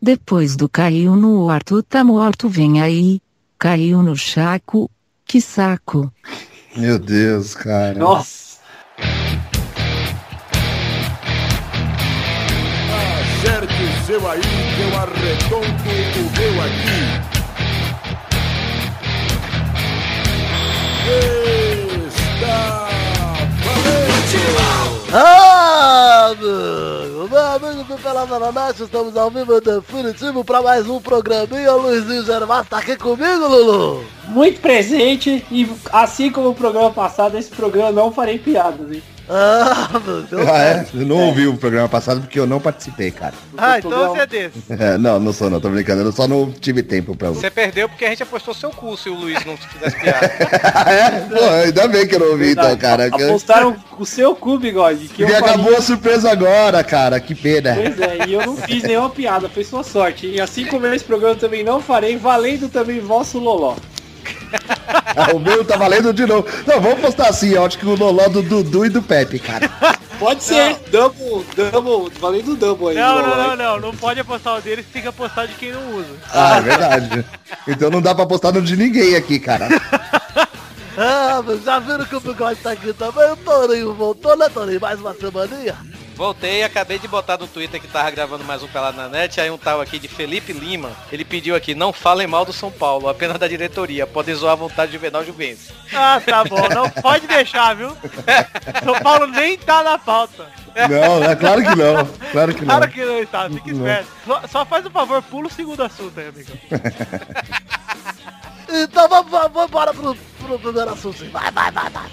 Depois do caiu no horto tá morto vem aí. Caiu no chaco. Que saco. Meu Deus, cara. Nossa! Acerte o seu aí, que eu arredonto o meu aqui. Está valente! Vamos! Vamos do Pelada na Net, estamos ao vivo definitivo para mais um programinha. O Luizinho Gervásio tá aqui comigo, Lulu! Muito presente e assim como o programa passado, esse programa não farei piadas, hein? Ah, meu Deus! Ah, é? Eu não ouvi o programa passado porque eu não participei, cara. Ah, O então programa- você é desse. É, não, não sou não, tô brincando. Eu só não tive tempo pra ouvir. Você perdeu porque a gente apostou seu curso e o Luiz não fizesse piada. Ah, é? Pô, ainda bem que eu não ouvi então, cara. que eu- Apostaram o seu cu, bigode. Que eu Me faria- acabou a surpresa agora, cara. Que pena. Pois é, e eu não fiz nenhuma piada, foi sua sorte. E assim como esse programa eu também não farei, valendo também vosso loló. Ah, o meu tá valendo de novo. Não, vamos postar assim, eu acho que o Loló do Dudu e do Pepe, cara. Pode ser, double, double, valendo double aí. Não, loló. não, não, não. Não pode apostar o dele, tem que apostar de quem não usa. Ah, é verdade. Então não dá pra postar no de ninguém aqui, cara. Ah, mas já viram que o Bigode tá aqui também? O Torinho voltou, né, Torinho? Mais uma semaninha? Voltei e acabei de botar no Twitter que tava gravando mais um Pelado na Net, aí um tal aqui de Felipe Lima, ele pediu aqui, não falem mal do São Paulo, apenas da diretoria, podem zoar à vontade de Juvenal Juventus. Ah, tá bom. Não pode deixar, viu? São Paulo nem tá na pauta. Não, é claro que não. Claro que não. Claro que não está, fica esperto. Só, só faz um favor, pula o segundo assunto aí, amigo. Então vamos, vamos, vamos embora pro, pro primeiro assunto. sim. Vai, vai, vai, vai.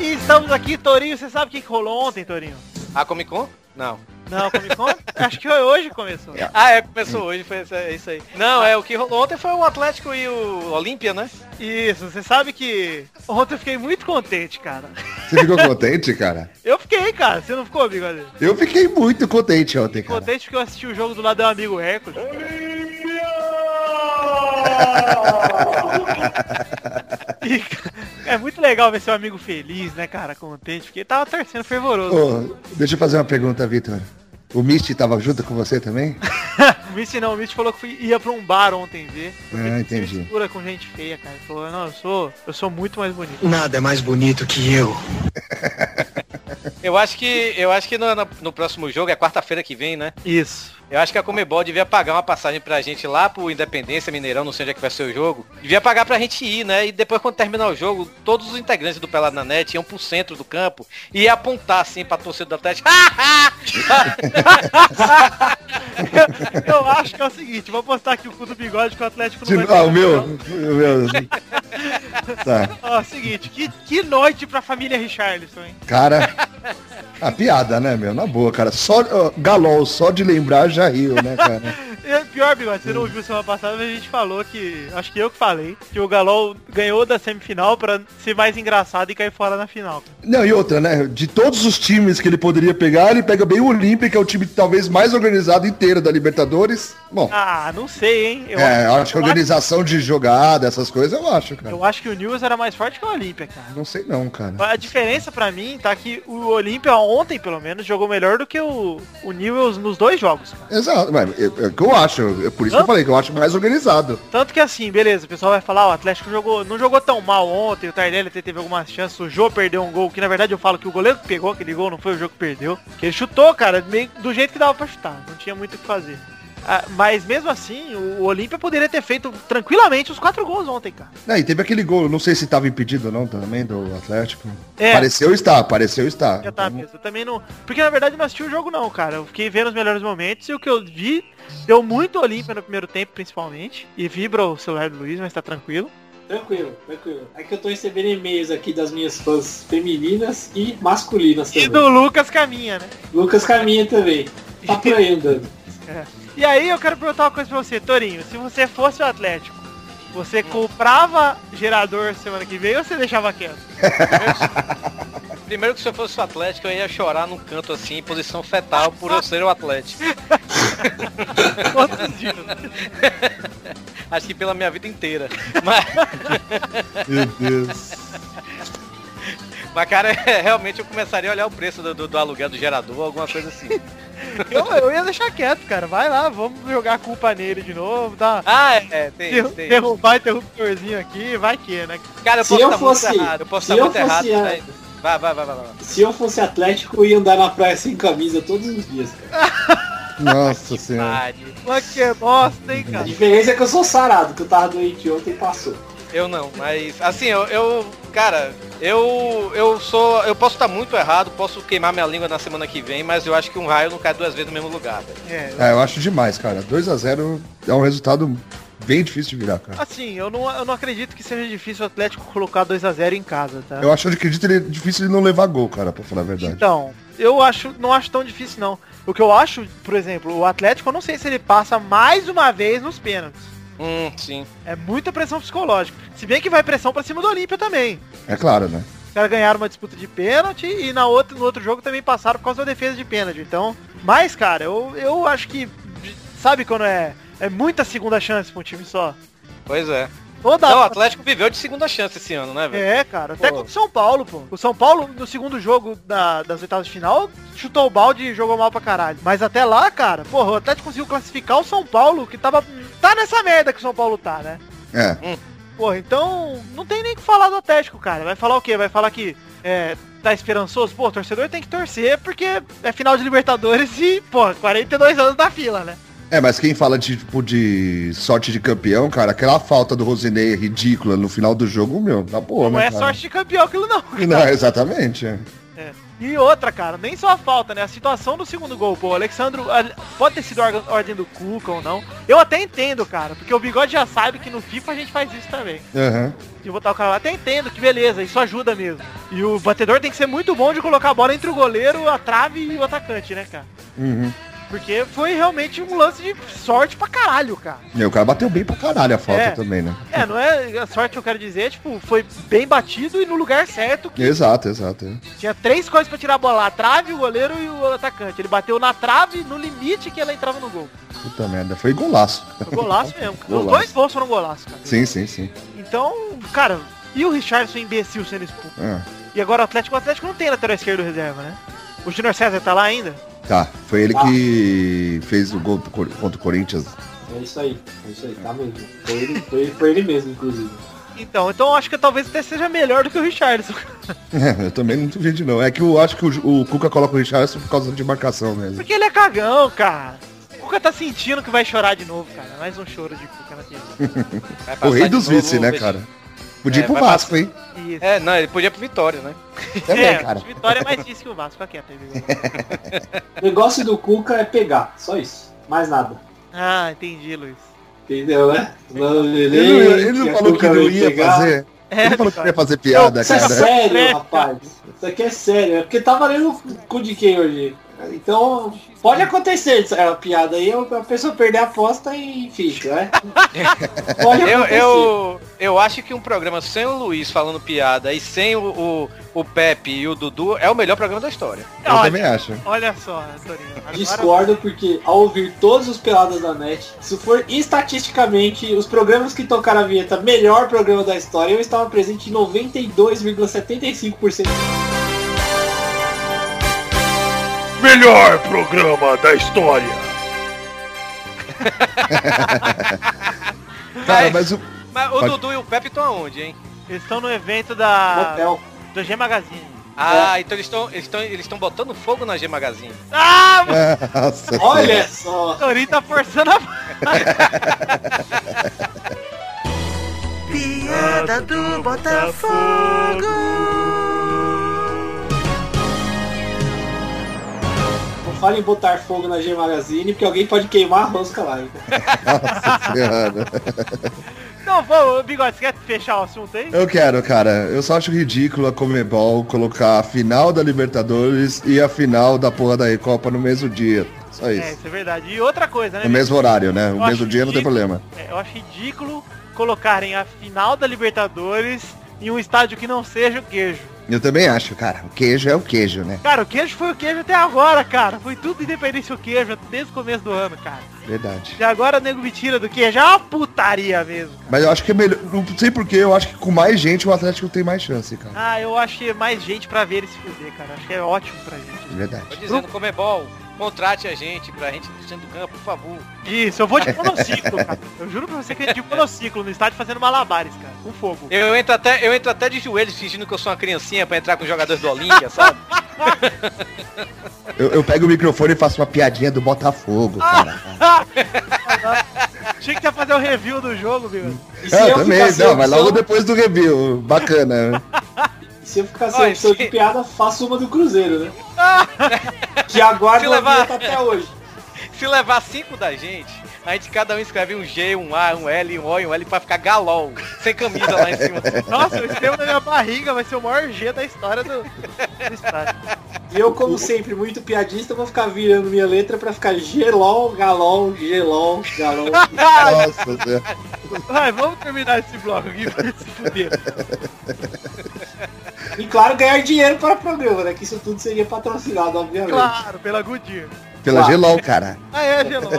E estamos aqui, Torinho. Você sabe o que que rolou ontem, Torinho? A Comic Con? Não. Não, Comic Con? Acho que foi hoje que começou. Ah, é, começou hoje, foi isso- é isso aí. Não, é, o que rolou ontem foi o Atlético e o Olímpia, né? Isso, você sabe que ontem eu fiquei muito contente, cara. Você ficou contente, cara? Eu fiquei, cara. Você não ficou, amigo? Ale? Eu fiquei muito contente ontem, cara. Contente porque eu assisti o jogo do lado do amigo Hércules. E é muito legal ver seu amigo feliz, né, cara? Contente, porque ele tava torcendo fervoroso. Ô, deixa eu fazer uma pergunta, Vitor. O Misty tava junto com você também? O Mitch não, o Mitch falou que foi- ia pra um bar ontem ver. porque Ah, se entendi. Mistura com gente feia, cara. Ele falou, não, eu sou, eu sou muito mais bonito. Nada é mais bonito que eu. Eu acho que, eu acho que no, no- no próximo jogo, é quarta-feira que vem, né? Isso. Eu acho que a Comebol devia pagar uma passagem pra gente lá pro Independência, Mineirão, não sei onde é que vai ser o jogo. Devia pagar pra gente ir, né? E depois quando terminar o jogo, todos os integrantes do Pelado na Net iam pro centro do campo e ia apontar assim pra torcida do Atlético. Eu acho que é o seguinte, vou postar aqui o cu do bigode que o Atlético De- não vai ah, ter, o meu. não. O meu. Tá. Ó, é o seguinte, que, que noite pra família Richarlison, hein? Cara. A piada, né, meu? Na boa, cara. Só, ó, Galol, só de lembrar já riu, né, cara? É, pior, bigode, Hum. você não ouviu semana passada, mas a gente falou que, acho que eu que falei, que o Galol ganhou da semifinal pra ser mais engraçado e cair fora na final. Não, e outra, né? De todos os times que ele poderia pegar, ele pega bem o Olímpia, que é o time talvez mais organizado inteiro da Libertadores. Bom, Ah, não sei, hein? Eu é, eu acho que eu organização de jogada, essas coisas, eu acho, cara. Eu acho que o News era mais forte que o Olímpia, cara. Não sei não, cara. A diferença pra mim tá que o Olímpia ontem, pelo menos, jogou melhor do que o, o Newells nos dois jogos. cara. Exato, mas é é o que eu acho. É por isso que eu falei que eu acho mais organizado. Tanto que assim, beleza, o pessoal vai falar, ó, o Atlético jogou, não jogou tão mal ontem, o Tardelli até teve algumas chances, o Jô perdeu um gol, que na verdade eu falo que o goleiro que pegou aquele gol não foi o jogo que perdeu, que ele chutou, cara, meio, do jeito que dava pra chutar, não tinha muito o que fazer. Ah, mas mesmo assim, o, o Olímpia poderia ter feito tranquilamente os quatro gols ontem, cara. Não, e teve aquele gol, não sei se tava impedido ou não também do Atlético. É. Pareceu estar, pareceu estar. Já tá mesmo. Eu também não. Porque na verdade eu não assisti o jogo não, cara. Eu fiquei vendo os melhores momentos e o que eu vi deu muito Olímpia no primeiro tempo, principalmente. E vibra o celular do Luiz, mas tá tranquilo. Tranquilo, tranquilo. É que eu tô recebendo e-mails aqui das minhas fãs femininas e masculinas E também. do Lucas caminha, né? Lucas Caminha também. Tá por aí andando. E aí eu quero perguntar uma coisa pra você, Torinho. Se você fosse o Atlético, você comprava gerador semana que vem ou você deixava quieto? Primeiro que se eu fosse o Atlético, eu ia chorar num canto assim, em posição fetal, por eu ser o Atlético. quantos dias? Acho que pela minha vida inteira. Mas, Meu Deus. mas cara, é, realmente eu começaria a olhar o preço do, do, do aluguel do gerador, alguma coisa assim. Eu, eu ia deixar quieto, cara. Vai lá, vamos jogar a culpa nele de novo, tá? Ah, é, é, tem, Derru- tem. Derrubar interruptorzinho aqui, vai que, né? Cara, eu Se posso eu estar fosse- muito errado. Eu posso se estar eu muito errado. fosse a- né? Vai, vai, vai, vai, vai. Se eu fosse atlético, eu ia andar na praia sem camisa todos os dias, cara. Nossa senhora. Pare. Mas que é bosta, hein, A cara? diferença é que eu sou sarado, que eu tava doente ontem e passou. Eu não, mas assim, eu, eu- cara, eu eu sou, eu posso estar muito errado, posso queimar minha língua na semana que vem, mas eu acho que um raio não cai duas vezes no mesmo lugar, velho. É, É, eu acho demais, cara. 2x0 é um resultado bem difícil de virar, cara. assim, eu não, eu não acredito que seja difícil o Atlético colocar 2x0 em casa, tá? Eu acho, eu acredito, ele é difícil ele não levar gol, cara, pra falar a verdade. Então, eu acho, não acho tão difícil não. O que eu acho, por exemplo, o Atlético, eu não sei se ele passa mais uma vez nos pênaltis. Hum, sim. É muita pressão psicológica. Se bem que vai pressão pra cima do Olímpia também. É claro, né? Os caras ganharam uma disputa de pênalti e na outra, no outro jogo também passaram por causa da defesa de pênalti. Então, mas cara, eu, eu acho que sabe quando é é muita segunda chance pra um time só. Pois é. Toda Não, o Atlético viveu de segunda chance esse ano, né, velho? É, cara, até Pô. contra o São Paulo, pô. O São Paulo, no segundo jogo da- das oitavas de final, chutou o balde e jogou mal pra caralho. Mas até lá, cara, porra, o Atlético conseguiu classificar o São Paulo, que tava. Tá nessa merda que o São Paulo tá, né? É. Porra, então não tem nem o que falar do Atlético, cara. Vai falar o quê? Vai falar que é, tá esperançoso? Pô, o torcedor tem que torcer porque é final de Libertadores e, pô, 42 anos na fila, né? É, mas quem fala de, tipo, de sorte de campeão, cara, aquela falta do Rosinei ridícula no final do jogo, meu, tá boa, Não né, é cara? sorte de campeão aquilo não. Não, exatamente. é. E outra, cara, nem só a falta, né? A situação do segundo gol, pô, o Alexandro a- pode ter sido a ordem do Cuca ou não. Eu até entendo, cara, porque o Bigode já sabe que no FIFA a gente faz isso também. Aham. De botar o cara lá, até entendo que beleza, isso ajuda mesmo. E o batedor tem que ser muito bom de colocar a bola entre o goleiro, a trave e o atacante, né, cara? Uhum. Porque foi realmente um lance de sorte pra caralho, cara. E o cara bateu bem pra caralho a falta É. também, né? É, não é a sorte que eu quero dizer, tipo, foi bem batido e no lugar certo, que Exato, exato. é. Tinha três coisas pra tirar a bola, a trave, o goleiro e o atacante. Ele bateu na trave, no limite que ela entrava no gol. Puta merda, foi golaço. Foi golaço mesmo. Os Golaço. dois gols foram golaço, cara. Sim, sim, sim. Então, cara, e o Richardson imbecil sendo expulso? É. E agora o Atlético, o Atlético não tem lateral esquerdo reserva, né? O Junior César tá lá ainda? Tá, foi ele que fez o gol do Cor- contra o Corinthians. É isso aí, é isso aí, tá mesmo. Foi ele, foi ele, foi ele mesmo, inclusive. Então, então eu acho que talvez até seja melhor do que o Richardson. eu também não duvido, não. É que eu acho que o, o Cuca coloca o Richardson por causa de marcação mesmo. Porque ele é cagão, cara. O Cuca tá sentindo que vai chorar de novo, cara. Mais um choro de Cuca na TV. Vai passar O rei de dos novo vice, o né, vesti- cara? Podia É, ir pro vai Vasco, hein? Isso. É, não, ele podia ir pro Vitória, né? Também, É, cara. Vitória é mais difícil que o Vasco. Fica quieto aí, Vigor. O negócio do Cuca é pegar, só isso. Mais nada. Ah, entendi, Luiz. Entendeu, né? Não, Ele, não- ele não a falou que Cuca não vai ia pegar. fazer. É, ele falou que não ia fazer piada, Isso é cara. sério, É. rapaz. Isso aqui é sério. É porque tá valendo o cu de quem hoje. Então, pode acontecer essa piada aí, a pessoa perder a aposta e fica, né? Pode Eu, acontecer. eu, eu acho que um programa sem o Luiz falando piada e sem o, o, o Pepe e o Dudu é o melhor programa da história. Eu Olha, também acho. Olha só, Antoninho. Agora- Discordo porque ao ouvir todos os peladas da net, se for estatisticamente os programas que tocaram a vinheta melhor programa da história, eu estava presente em 92,75%. Melhor programa da história. Cara, Vai. mas o, Mas o Pode- Dudu e o Pepe estão aonde, hein? Eles estão no evento da Hotel. do G Magazine. Ah, então eles estão eles estão eles estão botando fogo na G Magazine. Ah, É. o Nossa, Olha só! Antoninho tá forçando a barra. Piada do Botafogo. Não fale em botar fogo na G Magazine, porque alguém pode queimar a rosca lá. hein? nossa senhora. Não, vamos, Bigode, você quer fechar o assunto aí? Eu quero, cara. Eu só acho ridículo a Comebol colocar a final da Libertadores e a final da porra da Recopa no mesmo dia. Só É, isso. isso é verdade. E outra coisa, né? No mesmo horário, né? O Eu acho mesmo dia não tem ridículo. problema. Bigode? É, Eu acho ridículo colocarem a final da Libertadores em um estádio que não seja o queijo. Eu também acho, cara. O queijo é o queijo, né? Cara, o queijo foi o queijo até agora, cara. Foi tudo independência o queijo desde o começo do ano, cara. Verdade. E agora o nego me tira do queijo. É uma putaria mesmo. cara. Mas eu acho que é melhor. Não sei porquê, eu acho que com mais gente o Atlético tem mais chance, cara. Ah, eu acho que mais gente pra ver ele se fuder, cara. Acho que é ótimo pra gente. Tô Verdade. dizendo, Comebol, contrate a gente pra gente ir do campo, por favor. Isso, eu vou de monociclo, cara. Eu juro pra você que eu ia de monociclo no estádio fazendo malabares, cara. Com fogo. Eu entro até, eu entro até de joelhos fingindo que eu sou uma criancinha pra entrar com os jogadores do Olímpia, sabe? Eu, eu pego o microfone e faço uma piadinha do Botafogo, Ah, cara. Achei que você ia fazer o review do jogo, meu. E se É, eu eu também, ficar sem não, mas opção- logo depois do review. Bacana. e se eu ficar Olha, sem opção se- de piada, faço uma do Cruzeiro, né? que aguarda Se o levar- avião até hoje. Se levar cinco da gente, a gente cada um escreve um G, um A, um L, um O e um L pra ficar galol, sem camisa lá em cima. Nossa, o extremo da minha barriga vai ser o maior G da história do, do estádio. E eu, como sempre, muito piadista, vou ficar virando minha letra pra ficar gelol, galol, gelol, galol. Nossa, Zé. Vai, vamos terminar esse bloco aqui pra ele se fuder. E claro, ganhar dinheiro para o programa, né? Que isso tudo seria patrocinado, obviamente. Claro, pela Goodyear. pela Gelol, cara. Ah, é, Geló.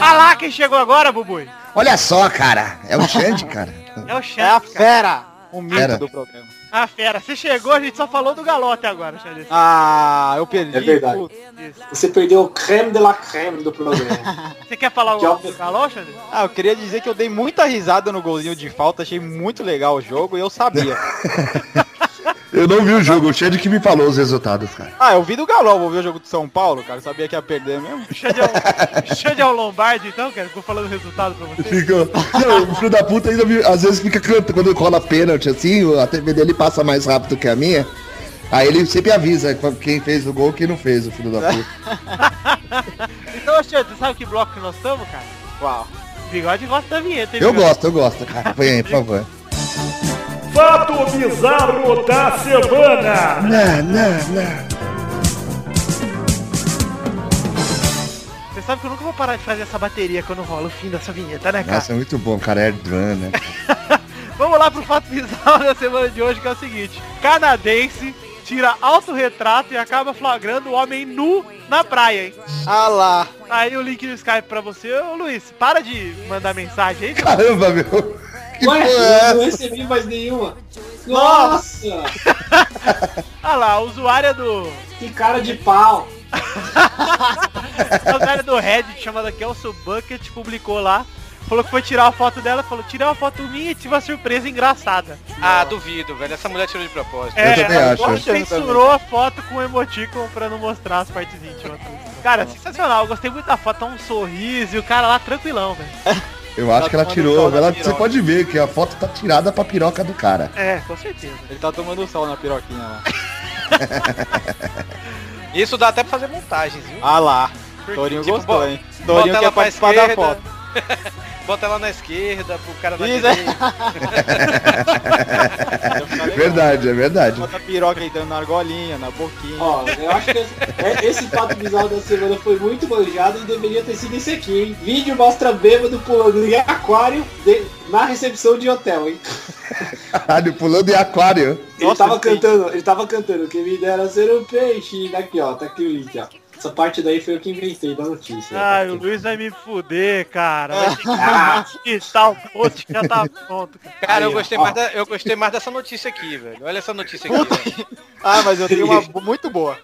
Ah lá, quem chegou agora, Bubu? Olha só, cara. É o Xande, cara. É o É a Xande, cara. fera, o mito Fera. do programa. Ah, fera. Você chegou, a gente só falou do Galó até agora, Xande. Ah, eu perdi. É verdade. puta. Você perdeu o creme de la creme do programa. Você quer falar o, Tchau. do Galó, Xande? Ah, eu queria dizer que eu dei muita risada no golzinho de falta, achei muito legal o jogo e eu sabia. Eu não vi o jogo, o Xande que me falou os resultados, cara. ah, eu vi do Galo, vou ver o jogo do São Paulo, cara, eu sabia que ia perder mesmo. O Xande é o, o Xande é o Lombardi, então, cara? Ficou falando o resultado pra você? Fica... Não, o filho da puta ainda me- às vezes fica cantando. Quando rola pênalti assim, a TV dele passa mais rápido que a minha. Aí ele sempre avisa quem fez o gol e quem não fez, o filho da puta. Então, Xande, você sabe que bloco que nós estamos, cara? Uau. O Bigode gosta da vinheta, hein, Eu Bigode? gosto, eu gosto, cara. Põe aí, por favor. Fato bizarro da semana. Não, não, não. Você sabe que eu nunca vou parar de fazer essa bateria quando rola o fim dessa vinheta, né, cara? Nossa, é muito bom, cara. É Erdogan, né? Vamos lá pro fato bizarro da semana de hoje, que é o seguinte. Canadense tira autorretrato e acaba flagrando o homem nu na praia, hein? Ah lá. Tá Aí o link no Skype pra você. Ô, Luiz, para de mandar mensagem aí. Caramba, meu. Que porra Ué, eu não é essa? recebi mais nenhuma. Nossa! Ah lá, a usuária do... Que cara de pau. A usuária do Reddit, chamada Kelso Bucket, publicou lá. Falou que foi tirar uma foto dela, falou, tirei uma foto minha e tive uma surpresa engraçada. É, Ah, duvido, velho. Essa mulher tirou de propósito. É. Eu também ela acho. só censurou a foto com emoticon pra não mostrar as partes íntimas. Cara, sensacional, eu gostei muito da foto, tá um sorriso e o cara lá tranquilão, velho. Eu acho que ela tirou. Ela, você piroca. pode ver que a foto tá tirada pra piroca do cara. É, com certeza. Ele tá tomando sol na piroquinha lá. Isso dá até pra fazer montagens, viu? Ah lá. Porque, Torinho tipo, gostou, bota- hein? Torinho quer participar da foto. bota ela na esquerda, pro cara na Isso, direita. Vai ficar legal. Verdade, é verdade. Bota a piroca entrando na argolinha, na boquinha. Ó, eu acho que esse, é- esse fato bizarro da semana foi muito manjado e deveria ter sido esse aqui, hein? Vídeo mostra bêbado pulando em aquário de- na recepção de hotel, hein? Caralho, pulando em aquário. Ele Nossa, tava sim. cantando, ele tava cantando, que me dera ser um peixe. Daqui, ó, tá aqui o link, ó. Essa parte daí foi eu que inventei da É, notícia. tá Ah, Tá Ai, o Luiz vai me fuder, cara. Vai Ah. ter que editar o post que já tá pronto. cara. Cara, eu Aí, ó. gostei, mais da- eu gostei mais dessa notícia aqui, velho. Olha essa notícia aqui. velho. Ah, mas eu tenho uma bo- muito boa.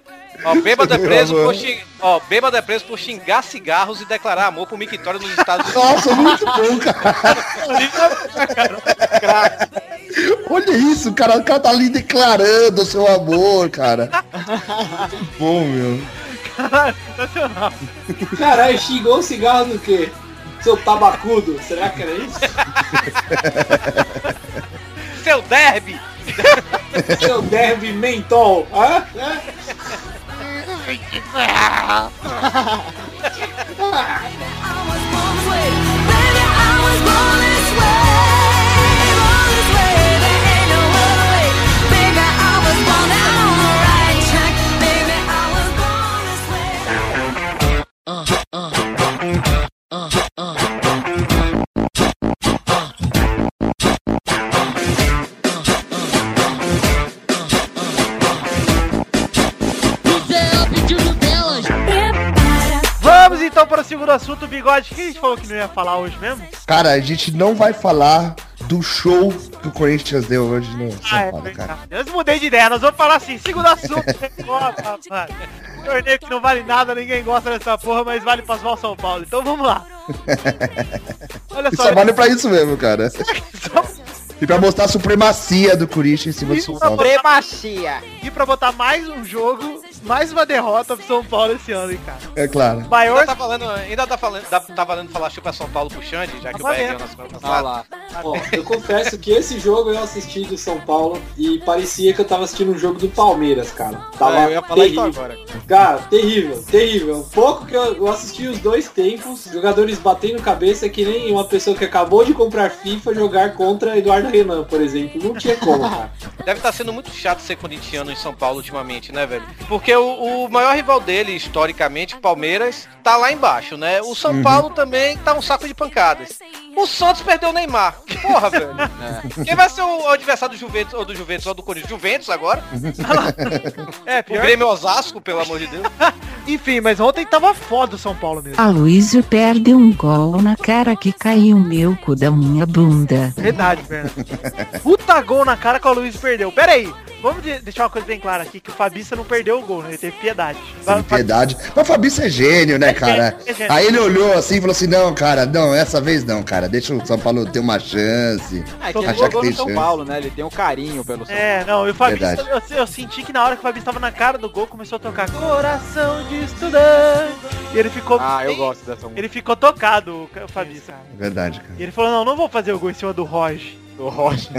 Ó, bêbado é Meu preso amor. por xing... Ó, bêbado é preso por xingar cigarros e declarar amor pro mictório nos Estados Unidos. Nossa, muito bom, cara. Olha isso, cara. O cara tá ali declarando o seu amor, cara. Muito bom, meu. Caralho, sensacional. Caralho, xingou o cigarro do quê? Seu tabacudo, será que era isso? Seu derby! Seu derby mentol, hã? Hã? Baby, I was born this way, born this way, então para o segundo assunto, bigode. O que a gente falou que não ia falar hoje mesmo? Cara, a gente não vai falar do show que o Corinthians deu hoje no São Paulo, cara. Ah, é verdade. Eu mudei de ideia, nós vamos falar assim, segundo assunto, Recopa, mano. Torneio que não vale nada, ninguém gosta dessa porra, mas vale pra zoar o São Paulo. Então vamos lá. Olha Isso só, só vale pra isso mesmo, cara. só- E pra mostrar a supremacia do Corinthians em cima do São Paulo. Supremacia. e pra botar mais um jogo, mais uma derrota pro São Paulo esse ano, hein, cara. É claro. Maior Ainda tá falando, ainda tá falando, dá- tá valendo falar chupa São Paulo pro Xande, já que Tá o Bahia valendo. ganhou na semana Olha passada. lá. Ó, eu confesso que esse jogo eu assisti do São Paulo e parecia que eu tava assistindo um jogo do Palmeiras, cara. Tá Tava Ah, eu ia falar isso terrível. agora. Cara, terrível, terrível. Um pouco que eu eu assisti os dois tempos, jogadores batendo cabeça que nem uma pessoa que acabou de comprar FIFA jogar contra Eduardo Renan, por exemplo. Não tinha como, cara. Deve estar sendo muito chato ser corintiano em São Paulo ultimamente, né, velho? Porque o, o maior rival dele, historicamente, o Palmeiras, tá lá embaixo, né? O Uhum. São Paulo também tá um saco de pancadas. O Santos perdeu o Neymar. Porra, velho. Quem vai ser o adversário do Juventus, ou do Juventus, ou do Corinthians? Juventus agora? é O pior. Grêmio Osasco, pelo amor de Deus. Enfim, mas ontem tava foda o São Paulo mesmo. Aloysio perde um gol na cara que caiu meu cu da minha bunda. Verdade, Fernando. Puta gol na cara que o Luiz perdeu. Pera aí, vamos de- deixar uma coisa bem clara aqui, que o Fabiça não perdeu o gol, né? Ele teve piedade. Sem piedade. Mas o Fabrício é gênio, né, cara? É gênio. Aí ele olhou assim e falou assim, não, cara, não, essa vez não, cara. Deixa o São Paulo ter uma chance. Ah, é que ele Achar que jogou tem no São chance. Paulo, né? Ele tem um carinho pelo São Paulo. É, não, e o Fabiça, Verdade. eu, eu senti que na hora que o Fabiça tava na cara do gol, começou a tocar Coração de Estudante. E ele ficou. Ah, eu gosto dessa música. Ele ficou tocado, o ca- o Fabiça. É Verdade, cara. E ele falou, não, não vou fazer o gol em cima do Roger. Do Rocha.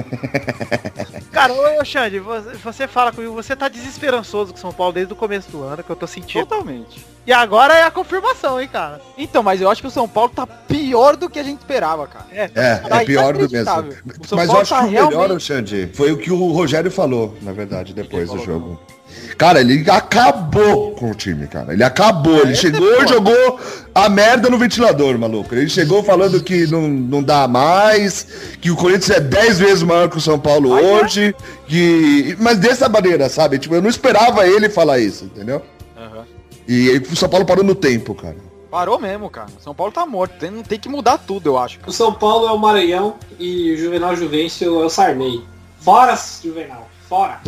Cara, ô, ô Xande, você, você fala comigo, você tá desesperançoso com o São Paulo desde o começo do ano, que eu tô sentindo. Totalmente. E agora é a confirmação, hein, cara. Então, mas eu acho que o São Paulo tá pior do que a gente esperava, cara. É, Tá é pior do mesmo. inacreditável. O São Mas eu Paulo acho tá que o melhor, realmente- Alexandre, foi o que o Rogério falou, na verdade, depois do jogo. Cara, ele acabou com o time, cara. Ele acabou. É, Ele chegou e jogou a merda no ventilador, maluco. Ele chegou falando que não, não dá mais, que o Corinthians é 10 vezes maior que o São Paulo Ai, é? hoje. Que... Mas dessa maneira, sabe? Tipo, eu não esperava ele falar isso, entendeu? Aham. E aí, o São Paulo parou no tempo, cara. Parou mesmo, cara. O São Paulo tá morto. Tem, não tem que mudar tudo, eu acho. O São Paulo é o Maranhão e o Juvenal Juvencio é o Sarney. Fora, Juvenal, fora.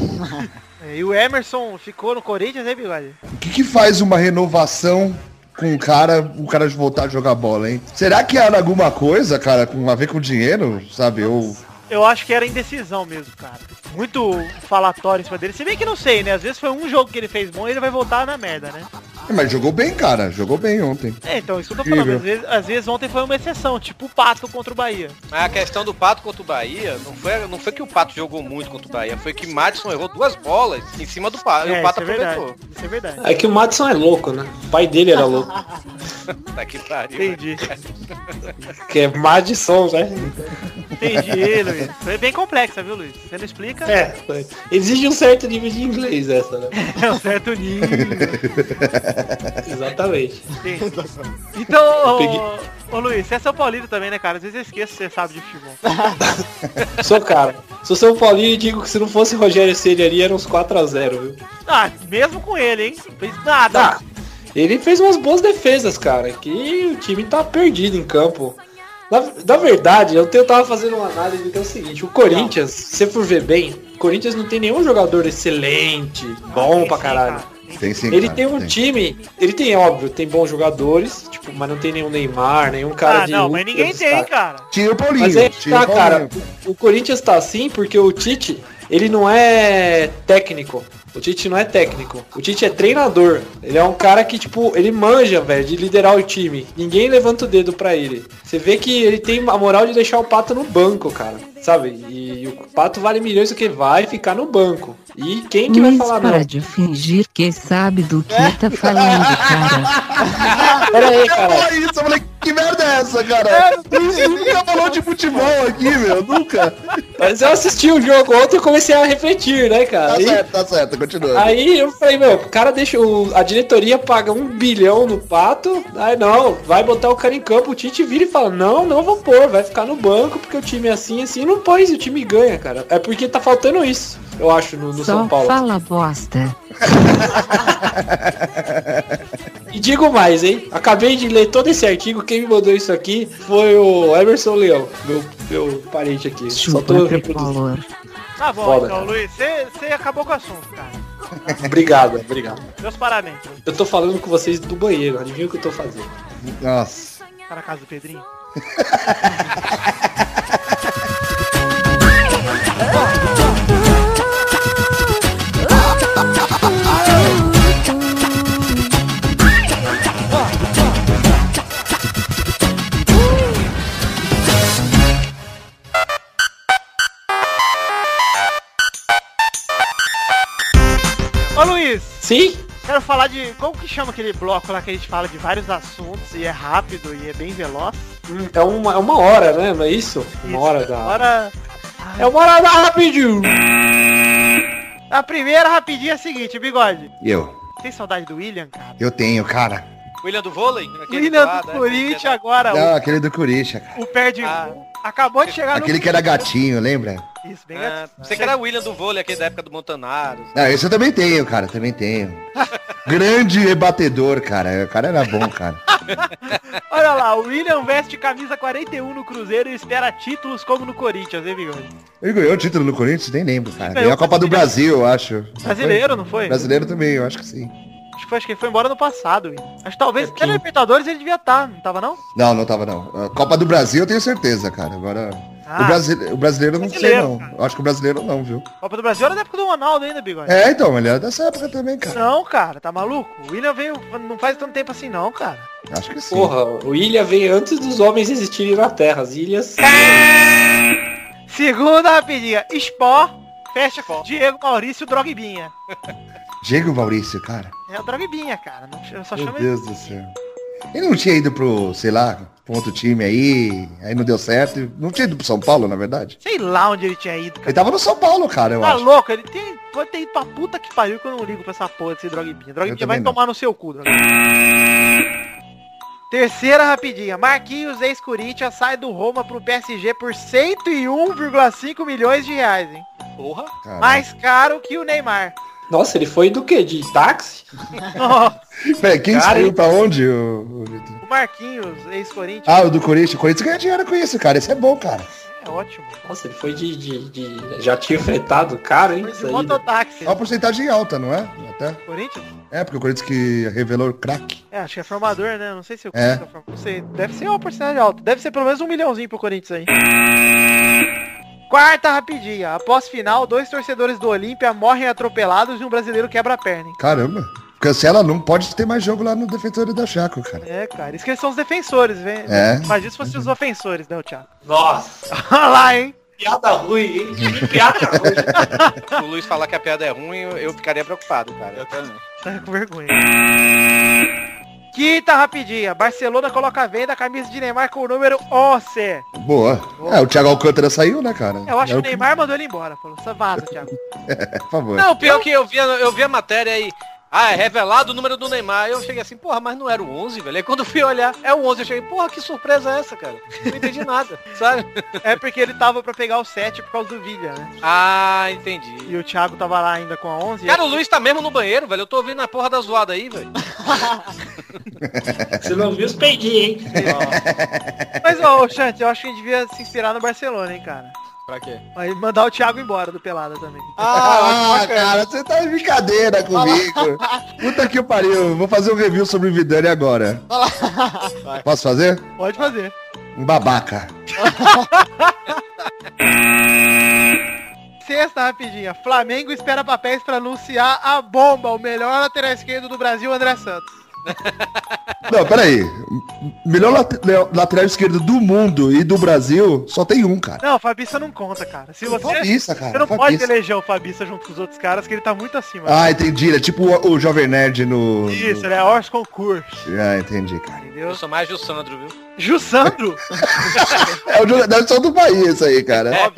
é, E o Emerson ficou no Corinthians, hein, bigode? O que, que faz uma renovação com o cara, o cara voltar a jogar bola, hein? Será que era alguma coisa, cara, com a ver com dinheiro, sabe? Ou Eu acho que era indecisão mesmo, cara. Muito falatório em cima dele. Se bem que não sei, né? Às vezes foi um jogo que ele fez bom e ele vai voltar na merda, né? É, mas jogou bem, cara, jogou bem ontem. É, então, isso que eu tô Incrível. falando. Às vezes, às vezes ontem foi uma exceção, tipo o Pato contra o Bahia. Mas a questão do Pato contra o Bahia, não foi, não foi que o Pato jogou muito contra o Bahia, foi que Madison errou duas bolas em cima do Pato. e é, o Pato isso é verdade. aproveitou. Isso é verdade. É que o Madison é louco, né? O pai dele era louco. Tá que pariu. Entendi. Que é Madison, né? Entendi, Luiz. Foi bem complexa, viu, Luiz? Você não explica? É, exige um certo nível de inglês essa, né? É um certo ninho. Exatamente. Entendi. Então, Eu ô, ô, Luiz, você é São Paulino também, né, cara? Às vezes eu esqueço que você sabe de futebol. Sou cara. Sou São Paulinho e digo que se não fosse Rogério Ceni ali, era uns 4x0, viu? Ah, mesmo com ele, hein? Não fez nada. Tá. Ele fez umas boas defesas, cara. Que o time tá perdido em campo. Na, na verdade, eu, te- eu tava fazendo uma análise que é o seguinte, o Corinthians, se você for ver bem, o Corinthians não tem nenhum jogador excelente, bom pra caralho. Tem sim, Ele cara, tem um time, ele tem, óbvio, tem bons jogadores, tipo, mas não tem nenhum Neymar, nenhum cara ah, de. um não, ultra mas ninguém tem, destaque. cara. Tira o Paulinho, Mas é que tira tá, o Paulinho. cara. O, o Corinthians tá assim porque o Tite, ele não é técnico. O Tite não é técnico. O Tite é treinador. Ele é um cara que, tipo, ele manja, velho, de liderar o time. Ninguém levanta o dedo pra ele. Você vê que ele tem a moral de deixar o Pato no banco, cara. Sabe? E o Pato vale milhões do que vai ficar no banco. E quem que vai Luiz, falar para não? É? de fingir que sabe do que tá falando, cara. Pera aí, Eu cara. falei isso, eu falei, que merda é essa, cara? Nunca falou de futebol aqui, meu, nunca. Mas eu assisti o jogo ontem e comecei a refletir, né, cara? Tá E- certo, tá certo, continua. Aí eu falei, meu, o cara deixa. o- a diretoria paga um bilhão no pato. Aí não, vai botar o cara em campo, o Tite vira e fala, não, não vou pôr, vai ficar no banco, porque o time é assim, assim, não põe, o time ganha, cara. É porque tá faltando isso, eu acho, no, no Só São Paulo. fala bosta. E digo mais, hein? Acabei de ler todo esse artigo. Quem me mandou isso aqui foi o Emerson Leão, meu, meu parente aqui. Só Chupa tô reproduzindo. tricolor. Tá bom, Foda, então, Luiz, você acabou com o assunto, cara. Obrigado, obrigado. Meus parabéns. Eu tô falando com vocês do banheiro. Adivinha o que eu tô fazendo? Nossa. Tá na casa do Pedrinho. Ô Luiz, Sim? quero falar de. Como que chama aquele bloco lá que a gente fala de vários assuntos e é rápido e é bem veloz? Hum, É uma, é uma hora, né? Não é isso? Uma Isso, hora Ah. da. Hora... É uma hora da rapidinho! A primeira rapidinha é a seguinte, bigode. Eu. Tem saudade do William, cara? Eu tenho, cara. William do vôlei? Aquele William lá, do né? Corinthians É, agora, Não, aquele do Corixa, cara. o, o perde. Ah. Acabou de chegar Aquele no. que é- era gatinho, lembra? Isso, bem Ah, gatinho. você que era o William do vôlei, aquele da época do Montanaro. Ah, esse eu também tenho, cara, também tenho. Grande rebatedor, cara. O cara era bom, cara. Ah. Olha lá, o William veste camisa 41 no Cruzeiro e espera títulos como no Corinthians, hein, bigode? Ele ganhou o título no Corinthians? Nem lembro, cara. Ganhou Ganhou a Copa do brasileiro. Brasil, eu acho. Não foi? Brasileiro, não foi? Brasileiro também, eu acho que sim. Acho que, foi, acho que ele foi embora no passado. William. Acho que É talvez até na Libertadores ele devia estar, não tava não? Não, não tava não. A Copa do Brasil eu tenho certeza, cara. Agora. Ah. o, brasile... o brasileiro eu não Brasileiro, sei não. Eu acho que o brasileiro não, viu? Ah, Copa do Brasil era da época do Ronaldo ainda, bigode. É, então, ele era dessa época também, cara. Não, cara, tá maluco? O William veio não faz tanto tempo assim não, cara. Acho que sim. Porra, o Ilha veio antes dos homens existirem na Terra. As ilhas. Segunda rapidinha, Sport, fecha Diego Maurício Drogbinha. Diego Maurício, cara. É o Drogbinha, cara. Não, eu só Meu chamo ele. Deus do céu. Ele não tinha ido pro, sei lá, pra outro time aí, aí não deu certo. Não tinha ido pro São Paulo, na verdade. Sei lá onde ele tinha ido, Ele cara. tava no São Paulo, cara, eu Tá acho. louco? Ele tem, pode ter ido pra puta que pariu que eu não ligo pra essa porra desse Drogbinha. Drogbinha também vai não. tomar no seu cu, Drogbinha. Terceira rapidinha. Marquinhos, ex-Corinthians, sai do Roma pro PSG por 101,5 milhões de reais, hein? Porra. Cara. Mais caro que o Neymar. Nossa, ele foi do quê? De táxi? Nossa, Peraí, quem Cara, saiu pra onde, o, o Vitor? o Marquinhos, ex-Corinthians, Ah, o do Corinthians. O Corinthians ganha dinheiro com isso, cara. Isso é bom, cara. é ótimo. Nossa, ele foi de. de, de... Já tinha fretado, cara, hein? Foi de Isso aí. mototáxi. É uma porcentagem alta, não é? Até. Corinthians? É, porque o Corinthians que revelou o craque. É, acho que é formador, né? Não sei se o É. Corinthians é formador. Não sei. Deve ser uma porcentagem alta. Deve ser pelo menos um milhãozinho pro Corinthians aí. Quarta rapidinha. Após final, dois torcedores do Olímpia morrem atropelados e um brasileiro quebra a perna. hein? Caramba. Cancela, não pode ter mais jogo lá no Defensor da Chaco, cara. É, cara. Isso que eles são os defensores, vem. É. Mas isso fosse os ofensores, né, o Thiago? Nossa, Olha lá, hein? piada ruim, hein? Que piada ruim. Se o Luiz falar que a piada é ruim, eu eu ficaria preocupado, cara. Tá com vergonha. Quinta rapidinha. Barcelona coloca a venda a camisa de Neymar com o número 11. Boa. É, o Thiago Alcântara saiu, né, cara? Eu acho é que o o Neymar mandou ele embora. Falou, "Só vaza, Thiago. Por favor. Não, pior que eu vi, a- eu vi a matéria aí. Ah, é revelado o número do Neymar. Eu cheguei assim, porra, mas não era o 11, velho. Aí quando eu fui olhar, é o 11. Eu cheguei, porra, que surpresa é essa, cara? Não entendi nada, sabe? É porque ele tava pra pegar o 7 por causa do Villa, né? Ah, entendi. E o Thiago tava lá ainda com a 11. Cara, o Luiz tá mesmo no banheiro, velho. Eu tô ouvindo a porra da zoada aí, velho. Você não viu os peidinhos, hein? Mas, ô, ô, Xante, eu acho que a gente devia se inspirar no Barcelona, hein, cara. Pra quê? Aí mandar o Thiago embora do Pelada também. Ah, cara, você tá de brincadeira comigo. Puta que pariu. Vou fazer um review sobre o Vidani agora. Posso fazer? Pode fazer. Um babaca. Sexta rapidinha. Flamengo espera papéis pra anunciar a bomba, o melhor lateral esquerdo do Brasil, André Santos. Não, peraí. Melhor late- le- lateral esquerdo do mundo e do Brasil, só tem um, cara. Não, Fabiça não conta, cara. Se você. Fabiça, Você cara. não pode Fabiça. eleger o Fabiça junto com os outros caras, que ele tá muito acima. Ah, entendi. Ele é tipo o, o Jovem Nerd no... Isso, ele é Ors Concurso, no... Ah, entendi, cara. Eu entendeu? sou mais do Sandro, viu? Jussandro? É o jogador só do Bahia, isso aí, cara. É.